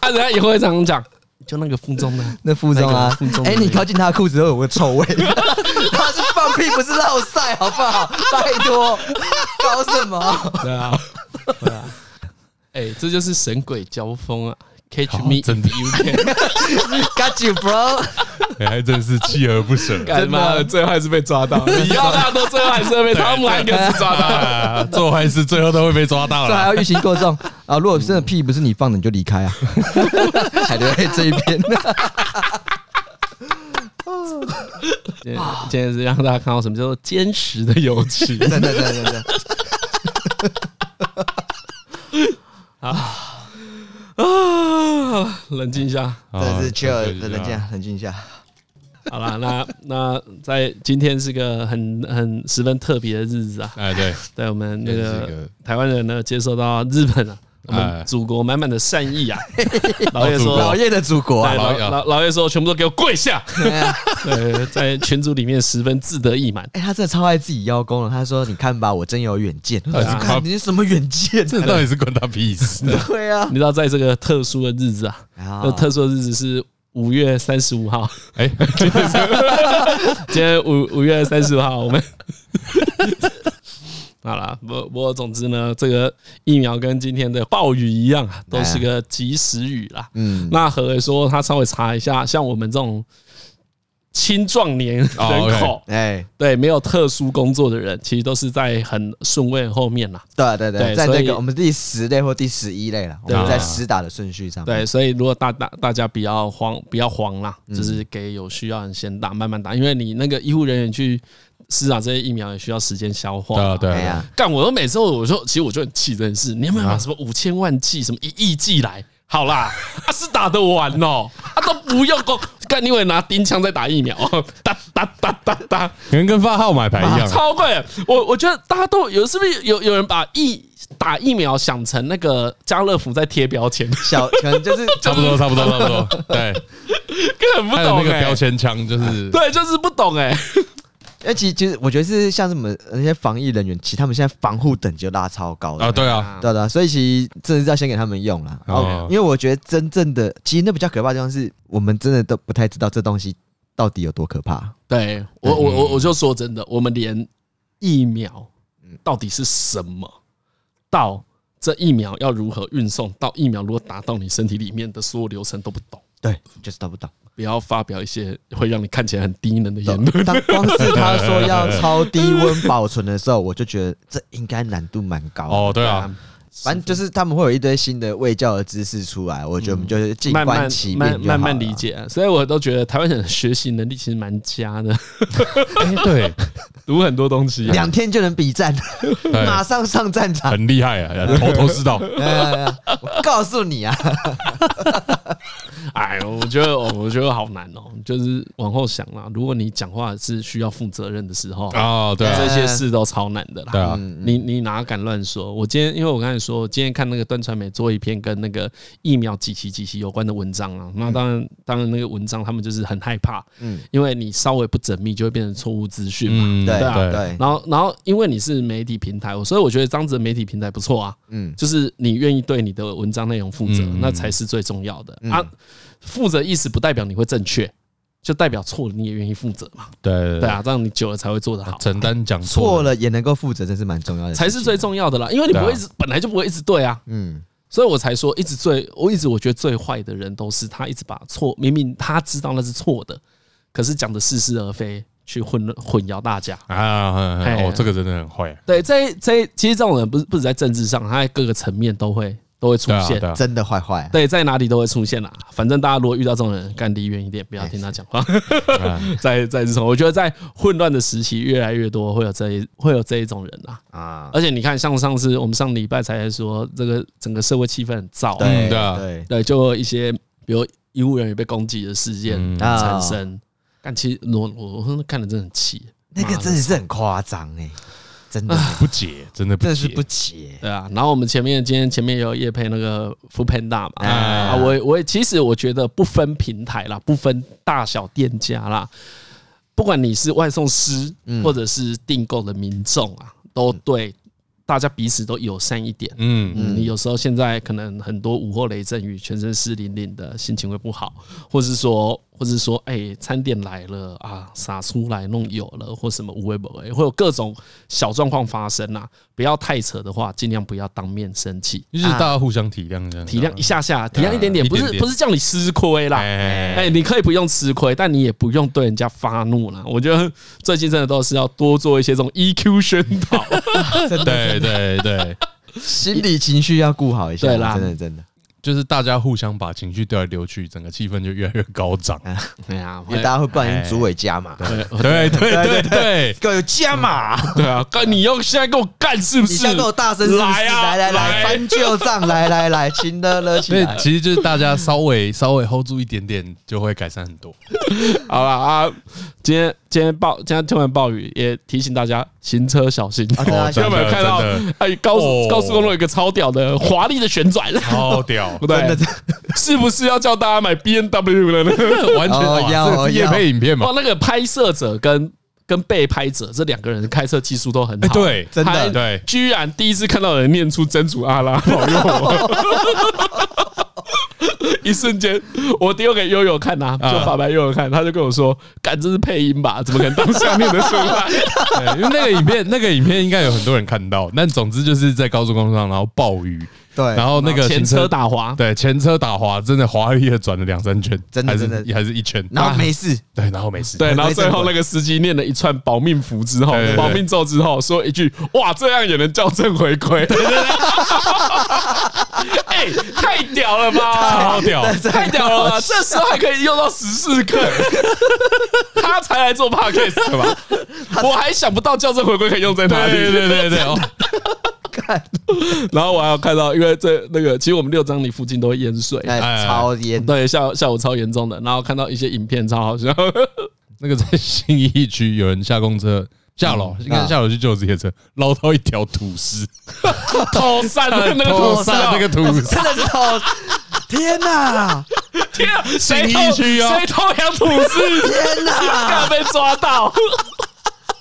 啊，人家以后会常常讲，就那个附中的，
那附中啊
那个附中，的
哎、你靠近他的裤子都有个臭 味，他是放屁不是绕晒，好不 好？拜托，搞什么？
对啊，对啊，哎，这就是神鬼交锋啊！Catch me
真的
if you can。
Got you, bro！
你哎还真是锲而不舍。
干妈的，最后还是被抓 到。你要大家都最后还是被汤姆汉克 斯抓到。
啊做坏事最后都会被抓到
这还
了。
要欲擒故纵啊！如果真的屁不是你放的，你就离开 啊，还留在这一 边。
今天今天是让大家看到什么叫做坚实的友 情
真的，真的，真 的。
啊！冷静一下，
啊这是 chill，
对对
冷静一
对
下，冷静一下。
好啦，那那在今天是个很很十分特别的日子啊，
哎，对，
对我们那
这是一
个
个
台湾人呢，接受到日本啊，我
哎
们祖国满满的善意啊。老爷说，
老叶的祖国啊
对，
老
老
爷
老老爷说，全部都给我跪下。
对啊
对，在群组里面十分自得意满。
哎，他真的超爱自己邀功了。他说：“你看吧，我真有远 见。”我
对啊
说看你是什么远见？
这到底是关他屁事？
对啊
你，知道，在这个特殊的日子啊，
然后
这特殊的日子是五月三十五号。
哎，
今天五五月三十五号，我们 好啦，不不过总之呢，这个疫苗跟今天的暴雨一样啊，都是个及时雨啦。
嗯，
那何为说他稍微查一下，像我们这种青壮年人
哦
口，
哎，
对没有特殊工作的人，其实都是在很顺位后面啦。
嗯
对对
对
对，在
所
那
以
个我们第十类或第十一类了，我们
对
在施打的顺序上。
对，所以如果大大大家不要慌，不要慌啦，
嗯
就是给有需要的人先打，慢慢打，因为你那个医护人员去施打这些疫苗也需要时间消化
对
嘛。
啊，对
哎
啊
呀，，
干，我都每次我说，其实我就很气这件事，你有没有把什么五千万剂、什么一亿剂来？好啦， 啊是打得完哦，啊都不用 攻，干你以为拿钉枪在打疫苗，哦打打打打打，
可能跟发号买牌一样。啊
超贵。我我觉得大家都有，是不是有有人把疫打疫苗想成那个家乐福在贴标签？
小可能就是
差不多，差不多，差不多。对，
根本不
还有
懂
那个
哎、
标签枪，就是
对，就是不懂哎、
哎，其实其实我觉得是像什么呃那些防疫人员，其实他们现在防护等级就拉超高
啊，
了。
对啊，
对的，所以其实真的是要先给他们用啦。
哦
哦，因为我觉得真正的，其实那比较可怕的地方是我们真的都不太知道这东西到底有多可怕。
对
嗯
我我我我就说真的，我们连疫苗
嗯
到底是什么，到这疫苗要如何运送，到疫苗如果打到你身体里面的所有流程都不懂。
对，就是到不到。
不要发表一些会让你看起来很低能的言论。
当光是他说要超低温保存的时候，我就觉得这应该难度蛮高。
哦，
哦，
对啊，
反正就是他们会有一堆新的卫教的知识出来，我觉得我们就是静
慢慢
观其变
嗯慢
就好
慢慢
了
理。啊解、所以我都觉得台湾人的学习能力其实蛮佳的。
哎，对，
读很多东西、啊。
两天就能比战， 马上上战场。
很厉害啊，头头是道。
哎呀哎呀我告诉你啊，
哎，我觉得我我觉得好难哦、就是往后想啦，如果你讲话是需要负责任的时候，
哦
啊，对啊，
这些事都超难的啦。
对啊，
你你哪敢乱说？我今天因为我刚才说，我今天看那个端传媒做一篇跟那个疫苗几期几期有关的文章啊，
嗯
那当然当然那个文章他们就是很害怕，嗯，因为你稍微不缜密就会变成错误资讯嘛。
嗯，
对
啊
对，
然后然后因为你是媒体平台，所以我觉得这样子的媒体平台不错啊，
嗯，
就是你愿意对你的文章内容负责，
嗯
那才是最重要的啊。负责意思不代表你会正确，就代表错了你也愿意负责嘛。
对
对，啊，这样你久了才会做得好。
承担讲
错
了，
了也能够负责，这是蛮重要的，啊
才是最。重要的啦，因为你不会一直，本来就不会一直对啊，
嗯，
所以我才说一直最，我一直我觉得最坏的人都是他一直把错，明明他知道那是错的，可是讲的似是而非，去混混淆大家。
啊，嗯嗯
嘿
哦，这个真的很坏，
对，这这其实这种人不是不止在政治上，他在各个层面都会都会出
对啊，
现
对。啊，
真的坏坏啊，
对，在哪里都会出现啦。反正大家如果遇到这种人，干离远一点，不要听他讲话。
啊
再再是什么？我觉得 在混乱的时期，越来越多会有这一会有这一种人啦。
啊，
而且你看，像上次我们上礼拜才说，这个整个社会气氛很燥，
对
嗯对啊
对
对，就有一些比如医务人员被攻击的事件
嗯
啊
产生。但其实我我我看的真的很气，
那个真的是很夸张哎，真的
不解，真的不
真的是
解
不，解，
对啊。然后我们前面今天前面有叶配那个福 Panda 嘛，
哎
啊，我也我也其实我觉得不分平台啦，不分大小店家啦，不管你是外送师
嗯
或者是订购的民众啊，都对大家彼此都友善一点。
嗯，
嗯，你有时候现在可能很多午后雷阵雨，全身湿淋淋的，心情会不好，或是说，或是说，哎、餐点来了啊，洒出来弄有了，或什么无微不微，会有各种小状况发生啊。不要太扯的话，尽量不要当面生气，
就是大家互相体谅这样，
啊体谅一下下，体谅一点点，
一点
不是
点
不是叫你吃亏啦。
哎
哎、你可以不用吃亏，但你也不用对人家发怒啦。我觉得最近真的都是要多做一些这种 EQ 宣导。
真的
对对对，
心理情绪要顾好一下，
对啦
真的真的，
就是大家互相把情绪丢来丢去，整个气氛就越来越高涨。
哎 呀，
因为大家会不小
哎
心主委加码，
对对对对
各位加码，
对啊，哥，你又现在跟我干是不
你
是？
现在跟我大声是不是
来啊，
来来来，
来
翻旧账，来来来，亲的了起
所以
来，
其实就是大家稍微稍微 hold 住一点点，就会改善很多。
好了啊！今天今天暴，今天听完暴雨，也提醒大家行车小心。
啊，真的啊
哦真
有
小
的
没有看到
真的？
哎，高速
哦
高速公路有一个超屌的华丽的旋转，
超屌，
不对
真的，
是不是要叫大家买 B N W 了呢？
完全
哦
哇
要
这
哦
是夜
要
配影片嘛
哇，？那个拍摄者跟跟被拍者这两个人开车技术都很
哎，
好，，
对，
真的
对，
居然第一次看到有人念出真主阿拉 保佑我。一瞬间，我丢给悠悠看呐、啊，就法白悠悠看，他就跟我说：“干，这是配音吧？怎么可能当下面的声啊
对因为那个影片，那个影片应该有很多人看到。但总之就是在高速公路上，然后暴雨，
对，
然 后那个
前
行
车打滑，
对前车打滑，真的华丽的转了两三圈，
真的
还是
真的
还是一圈，
然后没事，
对，然后没事，
对，然后最后那个司机念了一串保命符之后
对对，对
保命咒之后，说一句：“哇，这样也能校正回归。” 哎，太屌了吧
超！屌，
太屌了吧！这时候还可以用到十四课， 他才来做 podcast 的吧？我还想不到校正回归可以用在哪里。
对对对对，哦
看，
然后我还有看到，因为这那个，其实我们六张里附近都会淹水，
哎，超严，
对，下下午超严重的。然后看到一些影片超 好笑，
那个在信义区有人下公车。下楼，应该下楼去救自己的车，捞到一条吐司，
头散的那个
头
头
上
散
那 个吐司
真，的是好，天哪，
天啊， 谁
信义
偷
区哦
谁偷羊吐司，
天
敢
哪，
被抓到？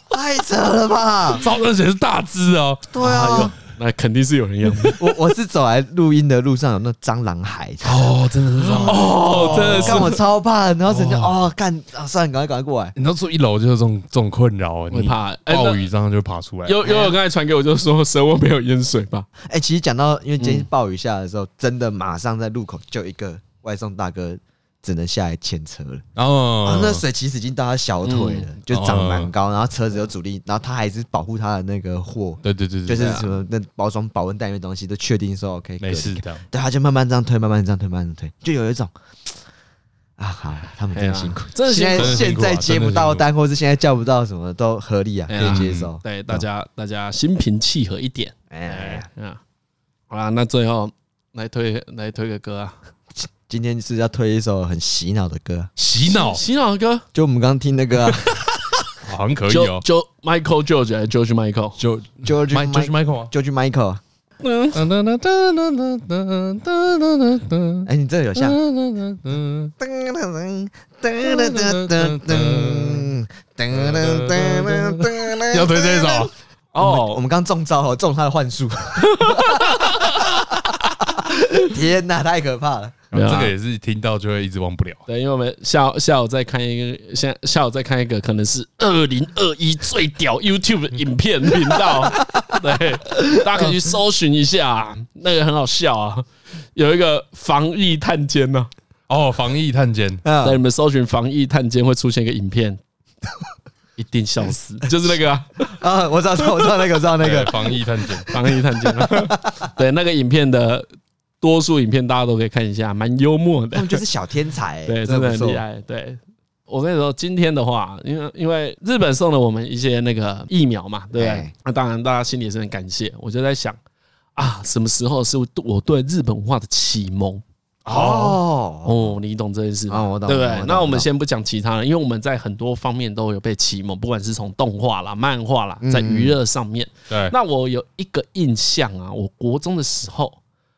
太扯了吧？
超而且是大只哦，
对啊，
那肯定是有人养的
我我是走来录音的路上有那蟑螂海，
哦，真的是这样。
哦，真的是
看我超怕，然后人家哦干啊，算了，赶快赶快过来，
你知道住一楼就是这种这种困扰，你
怕哎那
暴雨这样就爬出来。
有有有，刚才传给我就说蛇窝没有淹水吧？
哎、其实讲到，因为今天暴雨下的时候，真的马上在路口就一个外送大哥只能下来牵车了、
然后
啊，那水其实已经到他小腿
嗯
了，就
哦
长蛮高，然后车子有阻力，然后他还是保护他的那个货，
对对对对，
就
对啊
是什么那包装保温袋那些东西都确定说 OK，
没事
隔离
这样。
对，他就慢慢这样推，慢慢这样推，慢慢这样推，就有一种啊，好啦，他们真的辛苦，
真的辛
现
苦
在
哎真的辛
现
苦啊
在接不到单，或是现在叫不到什么都合理啊，可
哎呀
以接
嗯
受。
对大家大家心平气和一点
哎，
啊。好啦，那最后来推来推个歌啊，
今天是要推一首很洗脑的歌啊，
洗脑
洗脑的歌，
就我们刚刚听那个啊
好像可以
就
哦。
就 Michael George 还是 George Michael，
就
George
Mike- George
Mike-
Michael 啊，
George Michael 啊。
嗯，
噔噔噔噔噔噔噔噔噔
哎，你这有像。
噔噔
噔噔噔噔噔噔噔噔噔噔
要推这一首啊，
哦，我
哦，
们刚中招哦，中他的幻术。天哪，太可怕了！
没有啊
这个也是听到就会一直忘不了。
对，因为我们下午下午再看一个，下下午再看一个，可能是二零二一最屌 YouTube 影片频道，对，大家可以去搜寻一下，啊那个很好笑啊，有一个防疫探监呢、
哦，防疫探监，
啊，在
嗯，
你们搜寻防疫探监会出现一个影 片，一定笑死，就是那个、啊、
啊，我知道，我知道那个，我知道那
那个
个。
防疫探监，
防疫探监、 啊，对，那个影片的多数影片大家都可以看一下，蛮幽默的
他。们就是小天才、欸，
对，
嗯真
真的
不
很
错
厉。害。对，我跟你说，今天的话，因为因为日本送了我们一些那个疫苗嘛，对不对
哎？
那当然，大家心里也是很感谢。我就在想啊，什么时候是我对日本文化的启蒙？
哦，
哦，你懂这件事吧？
哦我懂
对不
我懂
对？
我懂
那我们先不讲其他的，因为我们在很多方面都有被启蒙，不管是从动画啦、漫画
嗯
啦，在娱乐上面。
对，
那我有一个印象啊，我国中的时候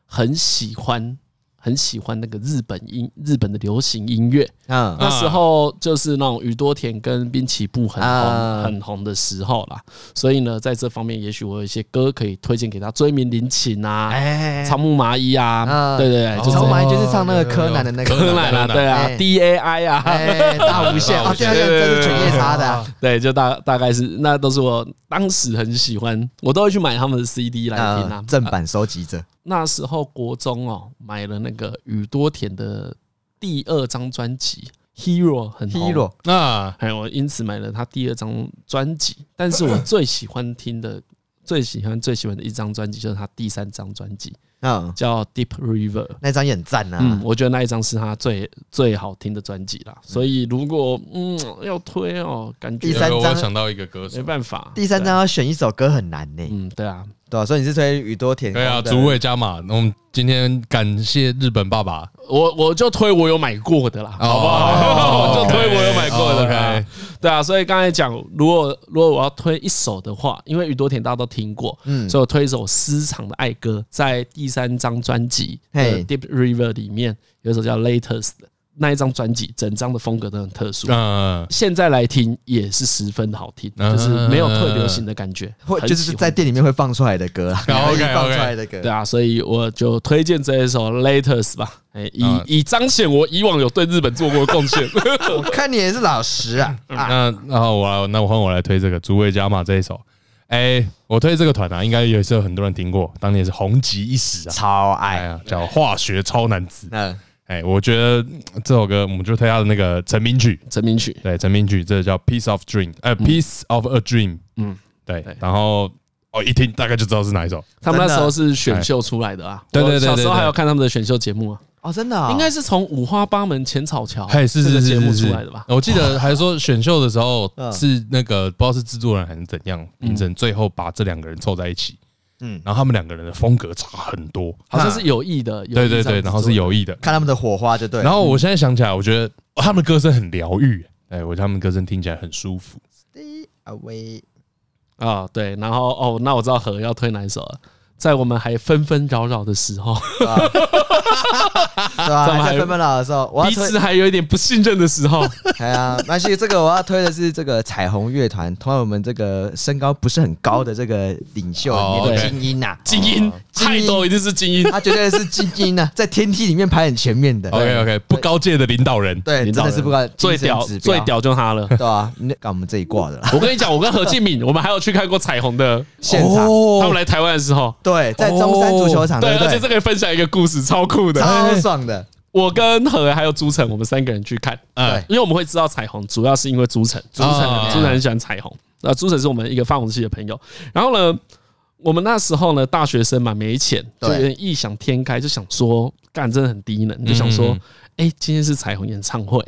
很喜欢，很喜欢那个日本音、日本的流行音乐。
嗯，
那时候就是那种宇多田跟滨崎步很红
啊
很红的时候啦，所以呢，在这方面，也许我有一些歌可以推荐给他，《追名林檎》啊，
哎
《草木麻衣》啊，
嗯
对对对，
哦
就是
草木麻衣就是唱那个柯南的那个
柯南啊，对啊
哎
，D A I 啊，
哎，大无限，哦，对对对，这是犬夜叉的啊，
对，就大大概是那都是我当时很喜欢，我都会去买他们的 CD 来听啊哦
嗯，。正版收集者。
那时候国中哦，买了那个宇多田的第二张专辑《Hero》，很红
Hero
那
还有我因此买了他第二张专辑，但是我最喜欢听的、最喜欢、最喜欢的一张专辑就是他第三张专辑，
嗯，
叫《Deep River》。
那张也很赞
嗯
啊，。
我觉得那一张是他最最好听的专辑啦，所以如果嗯要推哦，感觉
第三张
我想到一个歌
没
手，
办法。
第三张要选一首歌很难呢、
对，嗯，对啊，
对啊，所以你是推宇多田
对啊，
光的
主委加码。那我们今天感谢日本爸爸，
我我就推我有买过的啦，好不
哦
好？我就推我有买过的啦
OK，。
对啊，所以刚才讲，如果如果我要推一首的话，因为宇多田大家都听过，
嗯
所以我推一首私藏的爱歌，在第三张专辑《
嘿
Deep River》里面有一首叫《Latest》的那一张专辑，整张的风格都很特殊。
啊
嗯，
现在来听也是十分的好听，
嗯
就是没有退流行的感觉，
或
很
就是
喜欢
在店里面会放出来的歌啊，
好，OK，OK
放出来的歌。
对啊，所以我就推荐这一首《Latest》吧，哎，以
啊
嗯
以彰显我以往有对日本做过的贡 献。
我看你也是老实啊，啊
嗯那那好我来那我换我来推这个主委加码这一首。哎，我推这个团啊，应该也是有很多人听过，当年是红极一时啊。
超
哎
爱。
呀，叫化学超男子。
嗯，
哎，我觉得嗯这首歌我们就推他的那个成名曲，
成名曲，
对，成名曲，这个叫《Piece of Dream》，呃，《Piece of a Dream》。
嗯
嗯，对。然后哦，一听大概就知道是哪一首。
他们那时候是选秀出来的啊，
对对对
我小时
对
候
对
还有看他们的选秀节目啊。
哦，真的、哦，
应该是从五花八门浅草桥
嘿，是
哦这个
是是
节
是
目
是啊
出来的吧？
我记得还说选秀的时候
嗯
是那个不知道是制作人还是怎样，
嗯
评审最后把这两个人凑在一起，
嗯，
然后他们两个人的风格差很多。
好像是有意的，有
对
意这
对
样子
对，然后
做
是
的
有意的。
看他们的火花就对了。
然后我现在想起来，我觉得哦他们的歌声很疗愈，哎，我觉得他们歌声听起来很舒服。
Stay away，
啊，对，然后哦，那我知道何要推哪一首了。在我们还纷纷扰扰的时候，
对吧、
怎么
还
还
在纷纷扰扰的时候，我要
彼
推
此，还有一点啊不信任的时 候，
哎呀，那是这个我要推的是这个彩虹乐团，同样我们这个身高不是很高的这个领袖
哦
里面的
OK
精英呐、啊，
精
哦
英，
精
太
英
多一定是精英。
他绝对是精英呐、啊， 在天梯里面排很前面的。
OK OK，不高阶的领导人，
对，
领
真
导
的
人
是不管
最
精神
屌
指标
最屌就他 了。
对啊，那干我们这一挂的啦，
我跟你讲，我跟何敬敏，我们还有去看过彩虹的，
现场
哦
他们来台湾的时候，
对，在中山足球
啊
场，
哦对，
不
而且这
对？
个分享一个故事，超酷的。
超爽的，
我跟何还有朱晨，我们三个人去看，嗯
对
因为我们会知道彩虹，主要是因为朱晨，朱晨
啊
朱晨很喜欢彩虹，呃，朱晨是我们一个发红系的朋友。然后呢，我们那时候呢，大学生嘛，没钱，就
对
有点异想天开，就想说，干真的很低能，就想说
嗯，
哎，今天是彩虹演唱会，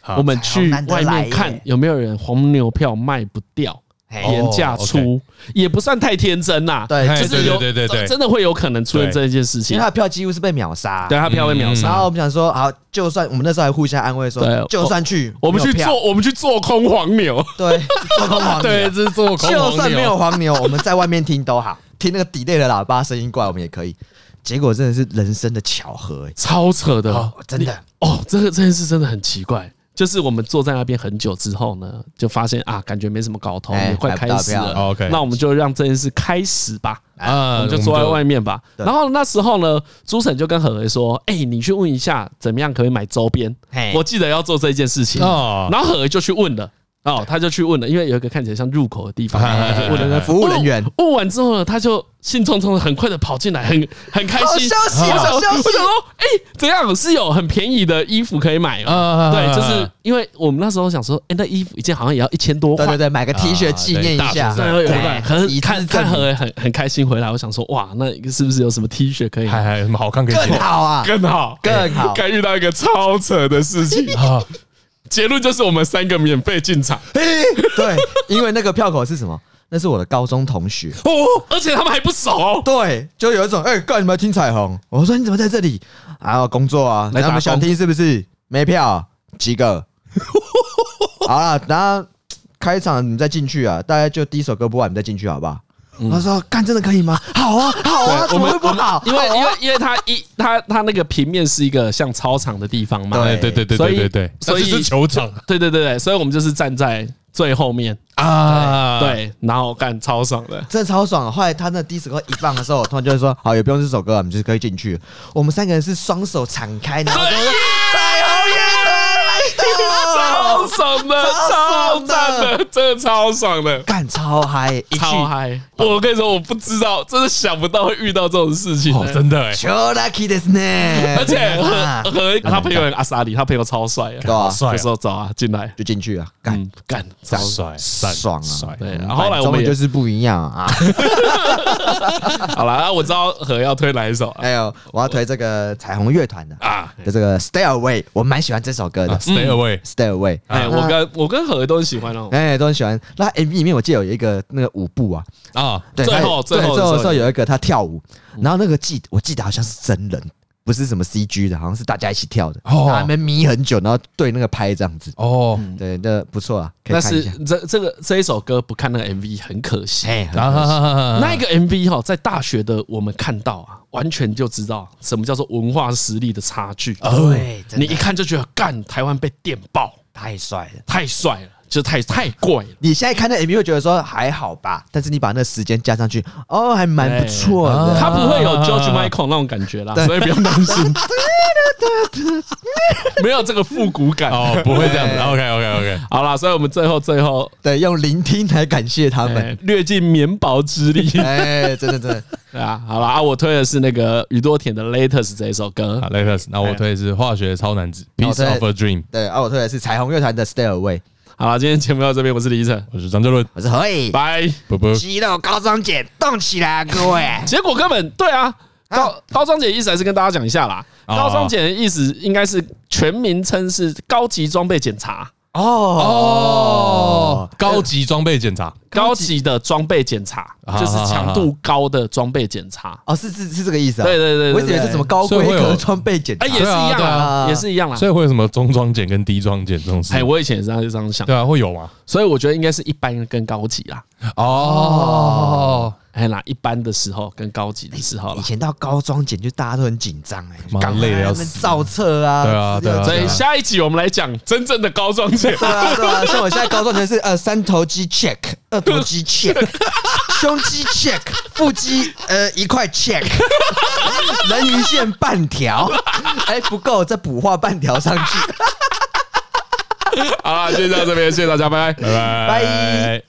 好
我们
彩虹
去
难得
外
来
面
耶
看有没有人黄牛票卖不掉，
嘿
哦
廉价出，也不算太天真啦。
对，
嘿
就
就是是有
对对对对
真的会有可能出现
对
这一件事
因
情
为他。的票几乎是被秒杀。
对他啊票被秒
嗯
然后
杀，
我们想说，好，就算我们那时候还互相安慰说
对，
就算去，
我们去
没有票啊
做，我们去做空黄牛，
对， 做空黄牛
对，这是做空
就
黄
算没有
牛，
黄牛，我们在外面听都好，听那个 delay 的喇叭声音过来，我们也可以。结果真的是人生的巧合、欸，
超扯的。
哦，真的，
哦，这个这件事真的很奇怪。就是我们坐在那边很久之后呢，就发现啊，感觉没什么搞头，
哎
也快开始
买不到票
了。
哦
嗯
OK
那我们就让这件事开始吧。
啊
我们就坐在外面吧。
对
然后那时候呢，朱晨就跟何为说：“哎、你去问一下，怎么样可以买周边
嘿？
我记得要做这件事情。”
哦
然后何为就去问了。哦，他就去问了，因为有一个看起来像入口的地 方，
哎
他就问了那个
服务人员
问问完之后呢，他就兴冲冲的，很快的跑进来，很很开
好
心。
消息，
我想
好
我
消
想
息，
说，哎、怎样是有很便宜的衣服可以买吗？
啊
对，就是因为我们那时候想说，哎、那衣服一件好像也要一千多块
对，对对，买个 T 恤纪念一下，
啊对
三二有块，可
以
是
资
看
证
看
明
何很很开心回来，我想说，哇，那是不是有什么 T 恤可以
还还有什么好看可以
更
剪
好 啊，
更好？
更好，
该遇到一个超扯的 事情
啊？
结论就是我们三个免费进场
哦对，因为那个票口是什么？那是我的高中同学，
哦，而且他们还不熟，
对，就有一种，哎、干你们听彩虹？我说你怎么在这里？啊，工作啊，
来打
他们想
工
听是不是？没票，几个？ 好了，然后开场你们再进去啊，大家就第一首歌播完，你们再进去好不好？他说：“干真的可以吗？好啊，好啊，
嗯对
怎么会不好？
因为因为因为他一他他那个平面是一个像操场的地方嘛，
对
哎，对对对
所以
对对对，
所以
但是是球场
对对对对，所以我们就是站在最后面，
啊，，
对，然后干超爽的，
真的超爽的。后来他那第一首歌一放的时候，突然就会说：好，也不用这首歌，我们就是可以进去。我们三个人是双手敞开，然后就说彩虹乐队来
超
到，
爽的，
超
超
爽的
赞的，真的超爽的。
干超嗨，一句
超嗨！我跟你说，我不知道，真的想不到会遇到这种事情、
哦，真的哎，
超 lucky ですね。
而且
啊
和和他朋友阿萨里，他朋友超帅
对
的，
啊，
帅
就
啊，
说走啊，进来，
就进去啊，干
嗯，干，
赞
帅赞
爽啊
帅！
对。然后后来我
中
们
文
也
就是不一样啊！
好了，啊我知道和要推哪一首啊
还有我要推这个彩虹乐团的
啊？
的这个 Stay Away，我蛮喜欢这首歌的
啊 Stay away，
Stay Away。
哎，我跟我跟和都很喜欢哦。
哎，都很喜欢。那 MV 里面我记得有一个那个舞步啊，
嗯
啊，
对，
最
他
后
对
最后的
最后的
时
时
候
候
有
有一个他跳舞，然后那个记我记得好像是真人，不是什么 CG 的，好像是大家一起跳的，
哦
他们眯很久，然后对那个拍这样子，
哦，
对，那不错啊，可以
但
看一
是
下。
这这个这一首歌不看那个 MV 很可惜。呃
哎，很可惜
啊
那一个 MV 哈，在大学的我们看到啊，完全就知道什么叫做文化实力的差距。
哦对，真
你
的
一看就觉得，干台湾被电爆，
太帅了。
太帅了，就太太怪了。
你现在看那 MV 会觉得说还好吧，但是你把那时间加上去，哦，还蛮不错
哎
的。
他不会有
啊
George Michael 那种感觉啦，所以不用担 心，没有这个复古感。
哦，不会这样子，OK OK OK，
好啦，所以我们最后最后
对，用聆听来感谢他
呃
们。
略尽绵薄之力
哎，真的真的，
啊。好了啊，我推的是那个宇多田的《Latest》这一首歌
好。，Latest，那我推的是化学超男子
哎我
，Piece
推
of a Dream，
对。啊，我推的是彩虹乐团的《Stay Away》，
好了，今天节目到这边，我是李晨，
我是张哲伦，
我是何以，
拜。。
啵啵。
肌肉高中姐动起来啊，各位
结果根本对啊，高高中姐的意思还是跟大家讲一下啦。
哦
高中姐的意思应该是全名称是高级装备检查，
哦
哦，高级装备检查，
高级的装备检查
啊
就是强度高的装备检查。
哦，是是是这个意思啊？
对对对对
我一直以为是什么高
所
规
以会有
格装备检查
哎，也是一样
对
啦，
啊
对啊
也是一样啦。
所以会有什么中装检跟低装检这种事？
哎，我以前也是这样这样想，
对啊，会有吗？
所以我觉得应该是一般跟高级啦。
哦，
哎啦，一般的时候跟高级的时候
以
啦。
啊
前到高中检就大家都很紧张哎，
妈
赶快
累得要
他们
死
造册啊，
对啊
资料
对啊
所
检
以
查
下一集我们来讲真正的高装检。
对啊，对啊， 像我现在高中学是呃三头肌 check，二头 肌 check，胸肌 check，腹肌呃一块 check，人鱼线半条，哎不够，再补画半条上去。
好啦，今天到这边，谢谢大家，拜拜。
拜
拜。